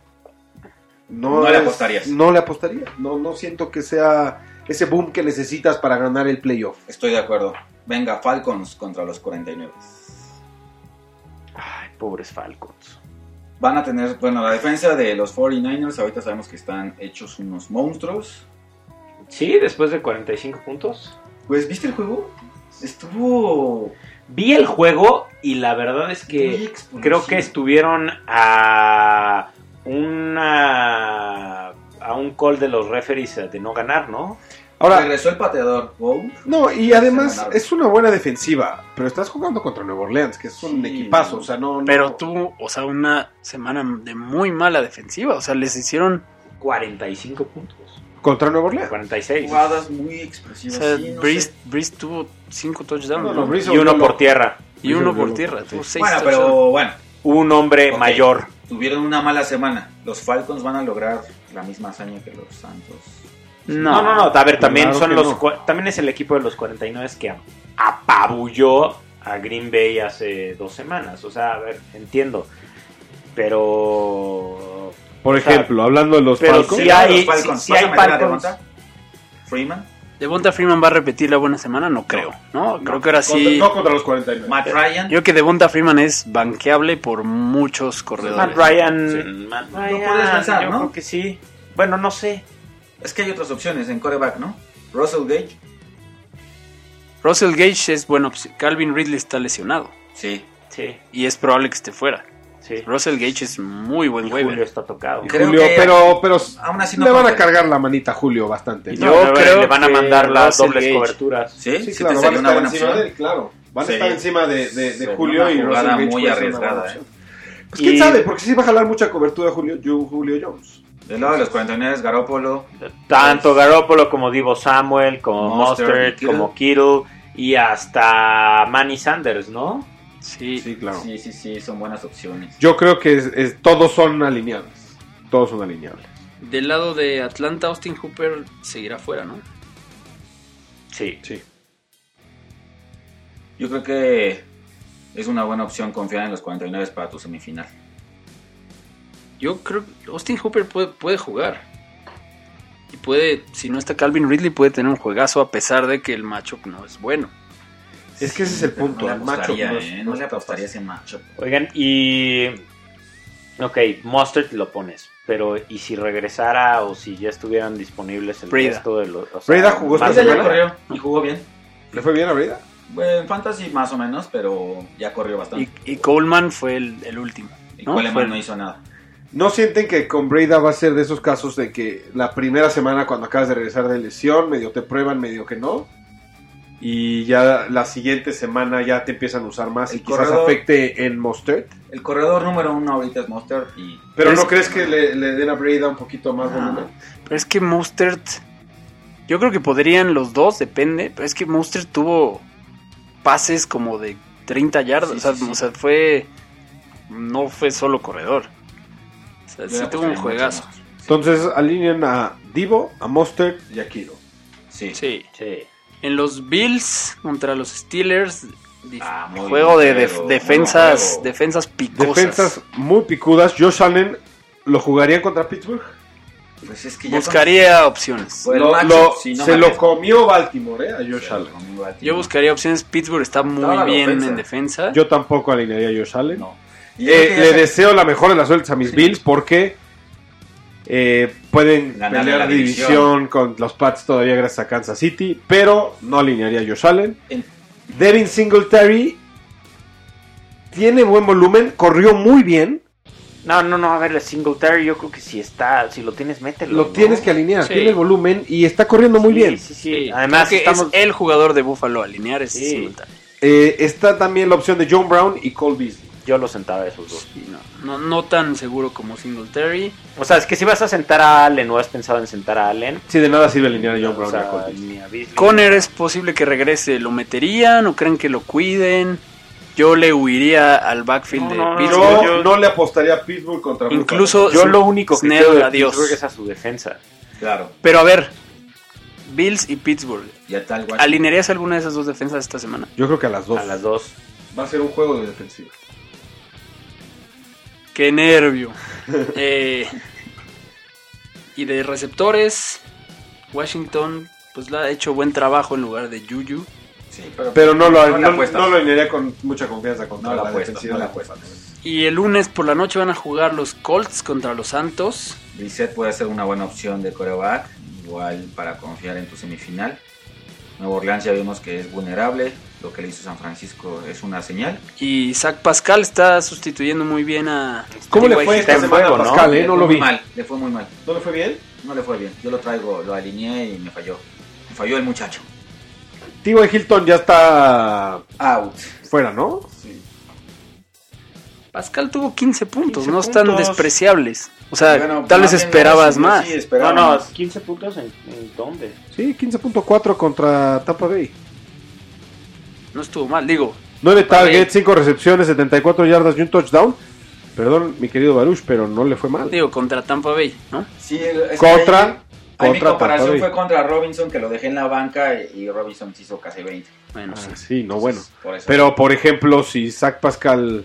Speaker 2: no,
Speaker 3: No le
Speaker 2: es-
Speaker 3: apostarías.
Speaker 2: No le apostaría. No, no siento que sea ese boom que necesitas para ganar el playoff.
Speaker 3: Estoy de acuerdo. Venga, Falcons contra los 49.
Speaker 4: Ay, pobres Falcons.
Speaker 3: Van a tener, bueno, la defensa de los 49ers, ahorita sabemos que están hechos unos monstruos.
Speaker 4: Sí, después de 45 puntos.
Speaker 3: Pues, ¿viste el juego? Estuvo...
Speaker 4: Vi el juego y la verdad es que
Speaker 3: muy
Speaker 4: creo que
Speaker 3: explosivo.
Speaker 4: estuvieron a una a un call de los referees eh, de no ganar, ¿no?
Speaker 2: Ahora,
Speaker 3: Regresó el pateador Bow.
Speaker 2: No, y además
Speaker 3: Semanal.
Speaker 2: es una buena defensiva, pero estás jugando contra Nueva Orleans, que es un
Speaker 3: Sí.
Speaker 2: equipazo, o sea, no... no-
Speaker 1: Pero tú, o sea, una semana de muy mala defensiva. O sea, les hicieron.
Speaker 4: 45 puntos.
Speaker 2: Contra Nueva Orleans.
Speaker 4: 46.
Speaker 3: Jugadas muy
Speaker 1: O
Speaker 3: expresivas.
Speaker 1: sea,
Speaker 3: sí, no
Speaker 1: Breeze,
Speaker 3: sé.
Speaker 1: Breeze tuvo cinco touchdowns
Speaker 2: No, no,
Speaker 1: ¿no?
Speaker 2: Breeze-
Speaker 4: Y uno por tierra.
Speaker 1: y uno
Speaker 2: Breeze-
Speaker 1: por tierra. Tuvo seis
Speaker 3: Bueno,
Speaker 1: touchdowns.
Speaker 3: pero bueno,
Speaker 4: Un hombre
Speaker 3: Ok.
Speaker 4: mayor.
Speaker 3: tuvieron una mala semana. Los Falcons van a lograr la misma hazaña que los Santos.
Speaker 4: No, no, no. A ver, también
Speaker 2: Claro
Speaker 4: son
Speaker 2: que
Speaker 4: los
Speaker 2: no.
Speaker 4: cua- también es el equipo de los 49 que apabulló a Green Bay hace dos semanas. O sea, a ver, entiendo. Pero pues,
Speaker 2: Por
Speaker 4: O sea,
Speaker 2: ejemplo, hablando de los
Speaker 4: pero
Speaker 2: Falcons,
Speaker 4: sí
Speaker 3: ¿Se ganan
Speaker 4: hay-
Speaker 3: los Falcons?
Speaker 4: sí- sí
Speaker 3: ¿Vas
Speaker 4: hay
Speaker 3: a meter a
Speaker 4: Falcons.
Speaker 3: Devonta Freeman,
Speaker 1: Devonta Freeman va a repetir la buena semana, no creo. No, creo que ahora sí.
Speaker 2: contra- no contra los 49.
Speaker 3: Matt Ryan.
Speaker 1: Yo creo que Devonta Freeman es banqueable por muchos
Speaker 4: Matt
Speaker 1: corredores.
Speaker 4: Ryan,
Speaker 3: Sí.
Speaker 4: Matt
Speaker 3: No
Speaker 4: Ryan,
Speaker 3: puede descansar,
Speaker 4: yo
Speaker 3: ¿no?
Speaker 4: creo que sí. Bueno, no sé.
Speaker 3: Es que hay otras opciones en coreback, ¿no? Russell Gage.
Speaker 1: Russell Gage es bueno. Calvin Ridley está lesionado.
Speaker 3: Sí.
Speaker 4: Sí,
Speaker 1: Y es probable que esté fuera.
Speaker 4: sí.
Speaker 1: Russell Gage es muy buen
Speaker 4: Y Julio
Speaker 1: waiver.
Speaker 4: está tocado.
Speaker 3: Creo
Speaker 2: Julio,
Speaker 3: que-
Speaker 2: pero, pero
Speaker 3: Aún así no
Speaker 2: le van a
Speaker 3: conté.
Speaker 2: cargar la manita a Julio bastante.
Speaker 1: Y
Speaker 2: ¿no?
Speaker 1: yo
Speaker 4: No, le-
Speaker 1: creo
Speaker 4: le van a
Speaker 1: que
Speaker 4: mandar las
Speaker 1: Russell
Speaker 4: dobles
Speaker 1: Gage.
Speaker 4: coberturas.
Speaker 3: Sí, sí,
Speaker 2: sí, claro,
Speaker 3: te
Speaker 2: van a
Speaker 3: sería una
Speaker 2: estar
Speaker 3: buena
Speaker 2: encima
Speaker 3: opción.
Speaker 2: de él, claro. Van a
Speaker 3: Sería-
Speaker 2: estar encima de, de- de
Speaker 3: sería
Speaker 2: Julio
Speaker 3: una
Speaker 2: y
Speaker 3: jugada
Speaker 2: Russell Gage
Speaker 3: muy
Speaker 2: puede ser una buena
Speaker 3: arriesgada,
Speaker 2: opción.
Speaker 3: ¿eh?
Speaker 2: Pues quién
Speaker 4: Y-
Speaker 2: sabe, porque sí va a jalar mucha cobertura Julio, Ju- Julio Jones.
Speaker 3: Del lado de los 49 Garópolo.
Speaker 4: Tanto Garópolo como Divo Samuel, como
Speaker 3: pues. Mostert,
Speaker 4: Mustard,
Speaker 3: Kittle.
Speaker 4: como Kittle y hasta Manny Sanders, ¿no?
Speaker 1: Sí.
Speaker 2: claro.
Speaker 3: Sí, sí, sí, son buenas opciones.
Speaker 2: Yo creo que es- es- todos son alineables. Todos son alineables.
Speaker 1: Del lado de Atlanta, Austin Hooper seguirá fuera, ¿no?
Speaker 4: Sí.
Speaker 2: Sí.
Speaker 3: Yo creo que es una buena opción confiar en los 49 para tu semifinal.
Speaker 1: Yo creo que Austin Hooper puede, puede jugar. Y puede, si no está Calvin Ridley, puede tener un juegazo a pesar de que el matchup no es bueno.
Speaker 2: Es que ese es el
Speaker 3: Pero
Speaker 2: punto.
Speaker 3: No
Speaker 2: el
Speaker 3: le
Speaker 2: macho
Speaker 3: apostaría,
Speaker 2: no es-
Speaker 3: ¿eh?
Speaker 2: no
Speaker 3: No le
Speaker 2: está
Speaker 3: apostaría
Speaker 2: fácil.
Speaker 3: ese macho.
Speaker 4: Oigan, y. Ok, Mustard lo pones. Pero, ¿y si regresara o si ya estuvieran disponibles el
Speaker 1: Breda.
Speaker 4: resto de los. o
Speaker 2: Breda jugó
Speaker 4: más
Speaker 3: Ahorita
Speaker 2: esta
Speaker 4: de-
Speaker 3: ya
Speaker 2: semana.
Speaker 3: corrió y jugó bien.
Speaker 2: ¿Le fue bien a Breda?
Speaker 3: Bueno, en Fantasy más o menos, pero ya corrió
Speaker 1: Y,
Speaker 3: bastante.
Speaker 1: y Coleman fue el, el último.
Speaker 3: Y,
Speaker 1: ¿no?
Speaker 3: Coleman
Speaker 1: Fue-
Speaker 3: no hizo nada.
Speaker 2: ¿No sienten que con Breda va a ser de esos casos de que la primera semana cuando acabas de regresar de lesión, medio te prueban, medio que no? Y ya la siguiente semana ya te empiezan a usar más
Speaker 3: El
Speaker 2: y quizás
Speaker 3: corredor-
Speaker 2: afecte en Mostert.
Speaker 3: El corredor número uno ahorita es Ah. Monster y
Speaker 2: Pero
Speaker 1: Es-
Speaker 2: ¿no crees que le, le den a Breda un poquito más
Speaker 3: No.
Speaker 2: volumen?
Speaker 1: Pero es que Mustard. Yo creo que podrían los dos, depende. Pero es que Mustard tuvo pases como de 30 yardas.
Speaker 3: Sí,
Speaker 1: o, sea,
Speaker 3: sí, sí.
Speaker 1: o sea, fue. No fue solo corredor. O sea,
Speaker 3: yo
Speaker 1: sí
Speaker 3: le
Speaker 1: tuvo un
Speaker 3: apostaría
Speaker 1: juegazo.
Speaker 3: mucho más.
Speaker 2: Entonces alinean a Divo, a Mostert y a Kiro.
Speaker 3: Sí.
Speaker 1: Sí.
Speaker 4: Sí.
Speaker 1: En los Bills contra los Steelers. dif-
Speaker 3: Ah, muy
Speaker 1: juego de
Speaker 3: buen
Speaker 1: def-
Speaker 3: juego, muy
Speaker 1: defensas.
Speaker 3: buen juego.
Speaker 1: Defensas picosas.
Speaker 2: Defensas muy picudas. Josh Allen lo jugaría contra Pittsburgh.
Speaker 3: Pues es que ya
Speaker 1: Buscaría opciones.
Speaker 3: Pues el
Speaker 2: Lo-
Speaker 3: macho,
Speaker 2: lo-
Speaker 3: si no
Speaker 2: se
Speaker 3: me
Speaker 2: lo
Speaker 3: arriesgo.
Speaker 2: comió Baltimore, ¿eh? A
Speaker 3: con-
Speaker 2: Josh Allen.
Speaker 3: con Batman.
Speaker 1: Yo buscaría opciones. Pittsburgh está muy
Speaker 3: la
Speaker 1: bien
Speaker 3: ofensa.
Speaker 1: en defensa.
Speaker 2: Yo tampoco alinearía a Josh Allen.
Speaker 3: No. Y yo creo
Speaker 2: Eh,
Speaker 3: que ya
Speaker 2: le
Speaker 3: se-
Speaker 2: deseo la mejor de las suertes a mis Bills porque eh, pueden
Speaker 3: Ganar la
Speaker 2: pelear
Speaker 3: división.
Speaker 2: división. con los Pats todavía gracias a Kansas City, pero no alinearía a Josh Allen.
Speaker 3: En-
Speaker 2: Devin Singletary tiene buen volumen, corrió muy bien,
Speaker 4: No, no, no, a ver, el Singletary yo creo que si está, si lo tienes, mételo.
Speaker 2: lo
Speaker 4: ¿no?
Speaker 2: tienes que alinear,
Speaker 1: Sí.
Speaker 2: tiene el volumen y está corriendo muy
Speaker 4: Sí,
Speaker 2: bien.
Speaker 4: Sí, sí,
Speaker 1: Sí, creo
Speaker 4: Además,
Speaker 1: que
Speaker 4: estamos...
Speaker 1: es el jugador de Buffalo a alinear es
Speaker 4: Sí.
Speaker 1: simultáneo.
Speaker 2: Eh, está también la opción de John Brown y Cole Beasley.
Speaker 4: yo lo sentaba a esos dos.
Speaker 1: Sí, no, no, no tan seguro como Singletary.
Speaker 4: O sea, es que si vas a sentar a Allen o has pensado en sentar a Allen,
Speaker 2: Sí, de nada sirve alinear a John
Speaker 4: o
Speaker 2: Brown y a
Speaker 4: sea,
Speaker 2: Cole Beasley.
Speaker 4: ni a Beasley.
Speaker 1: Conner es posible que regrese. ¿Lo meterían o creen que lo cuiden? Yo le huiría al backfield
Speaker 4: No,
Speaker 1: de
Speaker 4: no, no,
Speaker 1: Pittsburgh.
Speaker 2: Yo
Speaker 4: yo-
Speaker 2: no le apostaría a Pittsburgh contra Buffalo.
Speaker 1: Incluso
Speaker 4: Yo lo único que
Speaker 1: Snell,
Speaker 4: creo de
Speaker 1: adiós.
Speaker 4: Pittsburgh es a su defensa.
Speaker 3: Claro,
Speaker 1: Pero a ver, Bills y Pittsburgh.
Speaker 3: ya tal cual.
Speaker 1: ¿Alinearías alguna de esas dos defensas esta semana?
Speaker 2: Yo creo que a las dos.
Speaker 4: A las dos.
Speaker 2: Va a ser un juego de defensiva.
Speaker 1: Qué nervio. Eh, y de receptores, Washington pues la ha hecho buen trabajo en lugar de Juju.
Speaker 3: Sí, pero,
Speaker 2: Pero no lo,
Speaker 3: le
Speaker 2: no,
Speaker 3: apuestas.
Speaker 2: no lo alinearía con mucha confianza contra
Speaker 3: No la
Speaker 2: la
Speaker 3: apuestas,
Speaker 2: defensiva.
Speaker 3: no la
Speaker 2: de
Speaker 3: apuestas.
Speaker 2: Buffalo.
Speaker 1: Y el lunes por la noche van a jugar los Colts contra los Santos.
Speaker 3: Brissett puede ser una buena opción de coreback, igual para confiar en tu semifinal. Nuevo Orleans ya vimos que es vulnerable, lo que le hizo San Francisco es una señal.
Speaker 1: Y Zach Pascal está sustituyendo muy bien a... este
Speaker 2: ¿Cómo le
Speaker 1: T.Y.
Speaker 2: fue esta
Speaker 1: Hilton.
Speaker 2: semana
Speaker 4: juego,
Speaker 2: a
Speaker 4: ¿no?
Speaker 2: Pascal? eh?
Speaker 3: le
Speaker 2: No
Speaker 3: fue
Speaker 2: lo
Speaker 3: muy
Speaker 2: vi.
Speaker 3: mal, le fue muy mal,
Speaker 2: ¿No le fue bien?
Speaker 3: no le fue bien. Yo lo traigo, lo alineé y me falló. Me falló el muchacho.
Speaker 2: T.Y. Hilton ya está
Speaker 3: Out.
Speaker 2: fuera, ¿no?
Speaker 1: Pascal tuvo 15 puntos,
Speaker 4: 15
Speaker 1: no están
Speaker 4: puntos.
Speaker 1: despreciables. O sea,
Speaker 3: Bueno,
Speaker 1: tal vez
Speaker 3: más bien,
Speaker 1: esperabas
Speaker 3: sí,
Speaker 1: más.
Speaker 3: sí,
Speaker 4: No,
Speaker 3: esperaba
Speaker 4: no,
Speaker 3: más.
Speaker 4: 15 puntos en, en dónde.
Speaker 2: Sí, 15.4 contra Tampa Bay.
Speaker 1: No estuvo mal, digo.
Speaker 2: 9
Speaker 1: Tampa Bay.
Speaker 2: targets, 5 recepciones, 74 yardas y un touchdown. Perdón, mi querido Baruch, pero no le fue mal.
Speaker 1: Digo, contra Tampa Bay, ¿no?
Speaker 3: Sí, es que
Speaker 2: Contra,
Speaker 3: ahí- ahí mi
Speaker 2: contra Tampa
Speaker 3: comparación
Speaker 2: Bay.
Speaker 3: fue contra Robinson, que lo dejé en la banca y Robinson se hizo casi 20.
Speaker 1: Bueno, sí.
Speaker 2: Ah, sí, no bueno.
Speaker 3: Por eso.
Speaker 2: Pero, por ejemplo, si Zach Pascal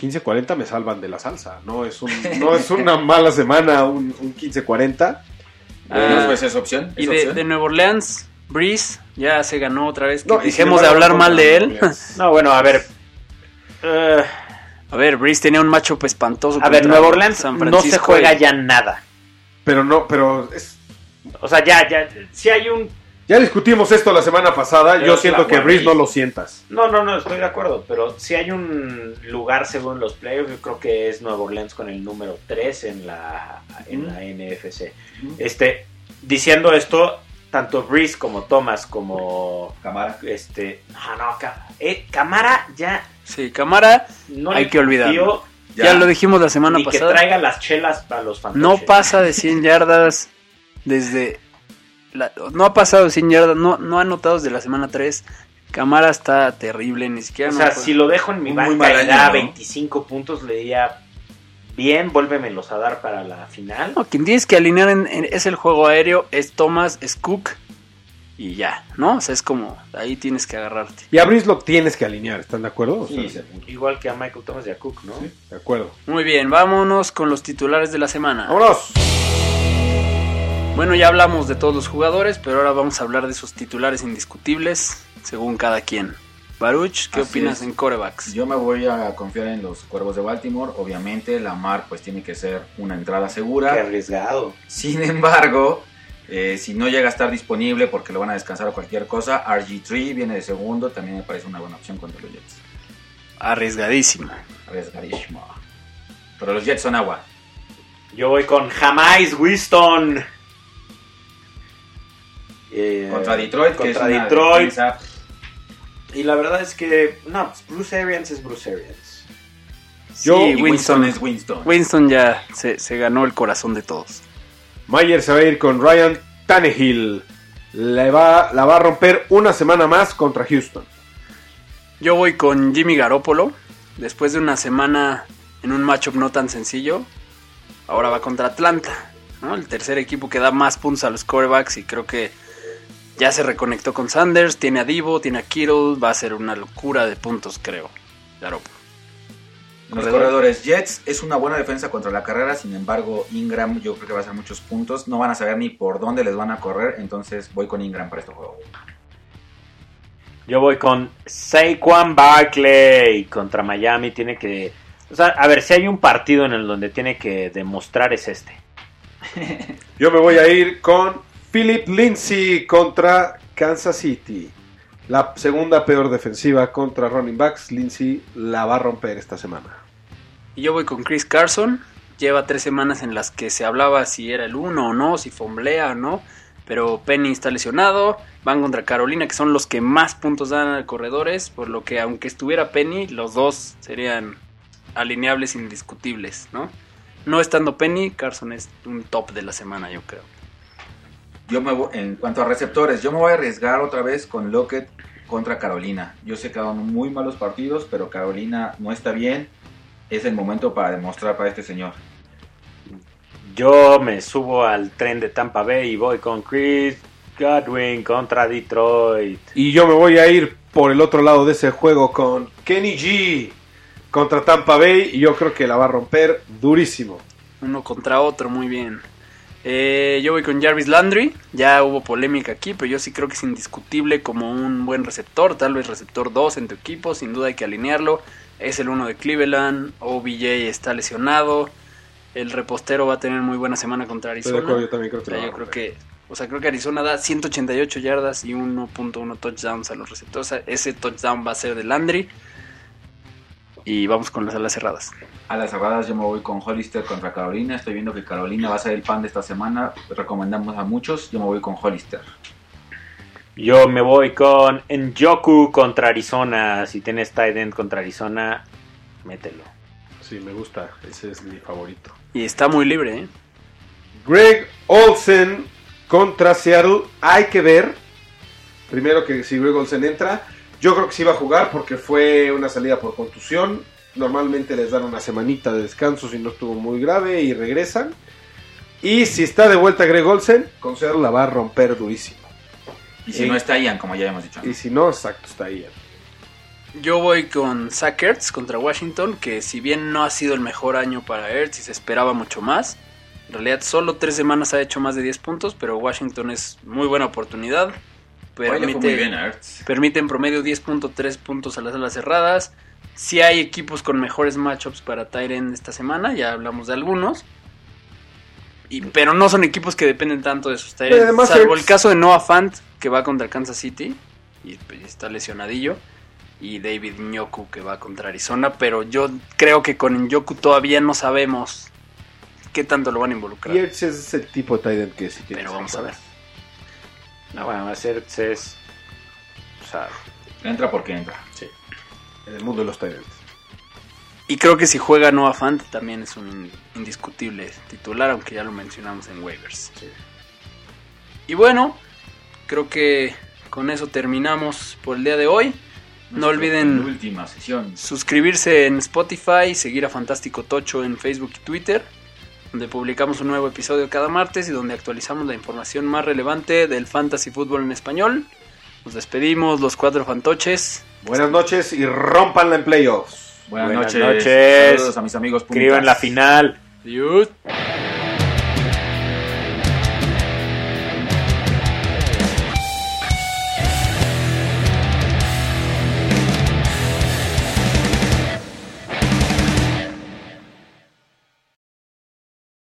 Speaker 2: 15-40 me salvan de la salsa. No es, un, no es una mala semana un, un 15-40.
Speaker 3: Bueno,
Speaker 1: Ah,
Speaker 3: pues es opción.
Speaker 1: Y
Speaker 3: es
Speaker 1: de,
Speaker 3: opción.
Speaker 1: de Nueva Orleans, Breeze ya se ganó otra vez. Que
Speaker 2: No, y sin
Speaker 1: dejemos de
Speaker 2: embargo,
Speaker 1: hablar
Speaker 2: contra
Speaker 1: mal de él.
Speaker 2: Nueva Orleans.
Speaker 4: No, bueno, a ver. eh,
Speaker 1: A ver, Breeze tenía un macho espantoso.
Speaker 4: a ver,
Speaker 1: contra
Speaker 4: Nueva Orleans
Speaker 1: San
Speaker 4: no se
Speaker 1: Francisco
Speaker 4: juega
Speaker 1: y-
Speaker 4: ya nada.
Speaker 2: Pero no, pero es-
Speaker 4: O sea, ya, ya. Si hay un.
Speaker 2: ya discutimos esto la semana pasada.
Speaker 3: Pero
Speaker 2: Yo
Speaker 3: es
Speaker 2: siento
Speaker 3: la
Speaker 2: que Breeze
Speaker 3: guardia.
Speaker 2: no lo sientas.
Speaker 4: No, no, no, estoy de acuerdo. Pero si hay un lugar según los playoffs, yo creo que es Nueva Orleans con el número 3 en la, en la NFC. Este, diciendo esto, tanto Breeze como Thomas como.
Speaker 3: Camara.
Speaker 4: Este. Ah, no, Ca- eh, Camara ya.
Speaker 1: Sí, Cámara,
Speaker 4: No
Speaker 1: Hay
Speaker 4: le
Speaker 1: que olvidarlo.
Speaker 4: confío
Speaker 1: ya, lo dijimos la semana
Speaker 4: Ni que
Speaker 1: pasada.
Speaker 4: traiga las chelas para los fantasmas.
Speaker 1: No pasa de 100 yardas desde. la- no ha pasado de 100 yardas, no, no ha anotado desde la semana 3. Cámara está terrible, ni siquiera.
Speaker 4: O
Speaker 1: no
Speaker 4: sea,
Speaker 1: puede-
Speaker 4: si lo dejo en mi
Speaker 3: Muy
Speaker 4: banca
Speaker 3: mal
Speaker 4: y
Speaker 3: año,
Speaker 4: da
Speaker 3: ¿no?
Speaker 4: 25 puntos, le diría bien, vuélvemelos a dar para la final.
Speaker 1: No, quien tienes que alinear en- en- es el juego aéreo, es Thomas, es Cook y ya, ¿no? O sea, es como, ahí tienes que agarrarte.
Speaker 2: Y a Breeze lo tienes que alinear, ¿están de acuerdo? O sea,
Speaker 3: Sí, se apuntó.
Speaker 4: Igual que a Michael Thomas y a Cook, ¿no?
Speaker 2: De acuerdo.
Speaker 1: Muy bien, vámonos con los titulares de la semana.
Speaker 2: ¡Vámonos!
Speaker 1: Bueno, ya hablamos de todos los jugadores, pero ahora vamos a hablar de esos titulares indiscutibles según cada quien. Baruch, ¿qué
Speaker 3: Así
Speaker 1: opinas
Speaker 3: es.
Speaker 1: en corebacks?
Speaker 3: Yo me voy a confiar en los cuervos de Baltimore. Obviamente, Lamar pues tiene que ser una entrada
Speaker 4: Qué
Speaker 3: segura.
Speaker 4: arriesgado.
Speaker 3: Sin embargo, eh, si no llega a estar disponible porque lo van a descansar o cualquier cosa, RG3 viene de segundo. También me parece una buena opción contra los Jets.
Speaker 1: Arriesgadísimo.
Speaker 3: Arriesgadísimo. Pero los Jets son agua.
Speaker 4: Yo voy con Jamais Winston. Eh,
Speaker 3: Contra Detroit, que es
Speaker 4: contra
Speaker 3: una
Speaker 4: Detroit.
Speaker 3: defensa-
Speaker 4: Y la verdad es que, no, pues, Bruce Arians es Bruce Arians.
Speaker 2: Yo-
Speaker 1: sí,
Speaker 3: y
Speaker 1: Winston,
Speaker 3: Winston
Speaker 1: Winston,
Speaker 3: es Winston.
Speaker 1: ya se, se ganó el corazón de todos.
Speaker 2: Mayer se va a ir con Ryan Tannehill. Le va, la va a romper una semana más contra Houston.
Speaker 1: Yo voy con Jimmy Garoppolo. Después de una semana en un matchup no tan sencillo, ahora va contra Atlanta, ¿no? El tercer equipo que da más puntos a los corebacks y creo que ya se reconectó con Sanders, tiene a Divo, tiene a Kittle, va a ser una locura de puntos, creo. Garoppolo.
Speaker 3: Los
Speaker 1: Corredor.
Speaker 3: corredores Jets es una buena defensa contra la carrera, sin embargo Ingram yo creo que va a hacer muchos puntos, no van a saber ni por dónde les van a correr, entonces voy con Ingram para este juego.
Speaker 4: Yo voy con Saquon Barkley contra Miami. Tiene que. O sea, a ver, si hay un partido en el donde tiene que demostrar es este.
Speaker 2: Yo me voy a ir con Philip Lindsay contra Kansas City. La segunda peor defensiva contra running backs. Lindsay la va a romper esta semana.
Speaker 1: Y yo voy con Chris Carson. Lleva tres semanas en las que se hablaba si era el uno o no, si fomblea o no. Pero Penny está lesionado. Van contra Carolina, que son los que más puntos dan a corredores. Por lo que, aunque estuviera Penny, los dos serían alineables indiscutibles, ¿no? No estando Penny, Carson es un top de la semana, yo creo.
Speaker 3: Yo me voy- en cuanto a receptores, yo me voy a arriesgar otra vez con Lockett contra Carolina. Yo sé que han dado muy malos partidos, pero Carolina no está bien. Es el momento para demostrar para este señor.
Speaker 4: Yo me subo al tren de Tampa Bay y voy con Chris Godwin contra Detroit.
Speaker 2: Y yo me voy a ir por el otro lado de ese juego con Kenny G contra Tampa Bay. Y yo creo que la va a romper durísimo.
Speaker 1: Uno contra otro, muy bien. Eh, yo voy con Jarvis Landry. Ya hubo polémica aquí, pero yo sí creo que es indiscutible como un buen receptor. Tal vez receptor 2 en tu equipo. Sin duda hay que alinearlo. Es el uno de Cleveland. OBJ está lesionado. El repostero va a tener muy buena semana contra
Speaker 2: Estoy
Speaker 1: Arizona.
Speaker 2: de acuerdo, yo también creo
Speaker 1: O
Speaker 2: que la
Speaker 1: sea,
Speaker 2: va a
Speaker 1: yo creo
Speaker 2: romper.
Speaker 1: que. O sea, creo que Arizona da 188 yardas y 1.1 touchdowns a los receptores. O sea, ese touchdown va a ser de Landry. Y vamos con las alas cerradas.
Speaker 3: A las cerradas yo me voy con Hollister contra Carolina. Estoy viendo que Carolina va a ser el pan de esta semana. Recomendamos a muchos. Yo me voy con Hollister.
Speaker 4: Yo me voy con Njoku contra Arizona. Si tienes tight end contra Arizona, mételo.
Speaker 2: Sí, me gusta. Ese es mi favorito.
Speaker 1: Y está muy libre, ¿eh?
Speaker 2: Greg Olsen contra Seattle. Hay que ver. Primero que si Greg Olsen entra. Yo creo que sí va a jugar porque fue una salida por contusión. Normalmente les dan una semanita de descanso si no estuvo muy grave y regresan. Y si está de vuelta Greg Olsen, con Seattle la va a romper durísimo.
Speaker 3: Y si
Speaker 2: Sí.
Speaker 3: no está Ian, como ya habíamos dicho.
Speaker 2: Y si no, exacto, está ahí.
Speaker 1: Yo voy con Zach Ertz contra Washington, que si bien no ha sido el mejor año para Ertz y se esperaba mucho más, en realidad solo tres semanas ha hecho más de 10 puntos, pero Washington es muy buena oportunidad.
Speaker 3: Hoy le fue muy
Speaker 1: Permite-
Speaker 3: bien ¿eh? a Ertz.
Speaker 1: Permite en promedio 10.3 puntos a las alas cerradas. Si hay equipos con mejores matchups para Tyren esta semana, ya hablamos de algunos. Y- pero no son equipos que dependen tanto de sus
Speaker 2: Pero
Speaker 1: Tyren.
Speaker 2: además
Speaker 1: Salvo
Speaker 2: es-
Speaker 1: el caso de Noah Fant, que va contra Kansas City y pues, está lesionadillo. Y David Nyoku, que va contra Arizona. Pero yo creo que con Nyoku todavía no sabemos qué tanto lo van a
Speaker 2: Y
Speaker 1: involucrar.
Speaker 2: Ertz es el tipo de tight end que sí tiene.
Speaker 1: Pero vamos a ver.
Speaker 4: No, bueno, va a ser es- o sea,
Speaker 3: Entra porque entra.
Speaker 2: En el mundo de los tight ends.
Speaker 1: Y creo que si juega Noah Fant también es un indiscutible titular, aunque ya lo mencionamos en waivers. Y bueno, creo que con eso terminamos por el día de hoy. No olviden-
Speaker 3: Última sesión.
Speaker 1: Suscribirse en Spotify, seguir a Fantástico Tocho en Facebook y Twitter, donde publicamos un nuevo episodio cada martes y donde actualizamos la información más relevante del fantasy fútbol en español. Nos despedimos los cuatro fantoches.
Speaker 2: Buenas noches y rompanla en playoffs.
Speaker 3: Buenas,
Speaker 4: Buenas
Speaker 3: noches.
Speaker 4: noches.
Speaker 3: Saludos a mis amigos.
Speaker 4: escriban la
Speaker 3: puntas.
Speaker 4: final.
Speaker 1: Adiós.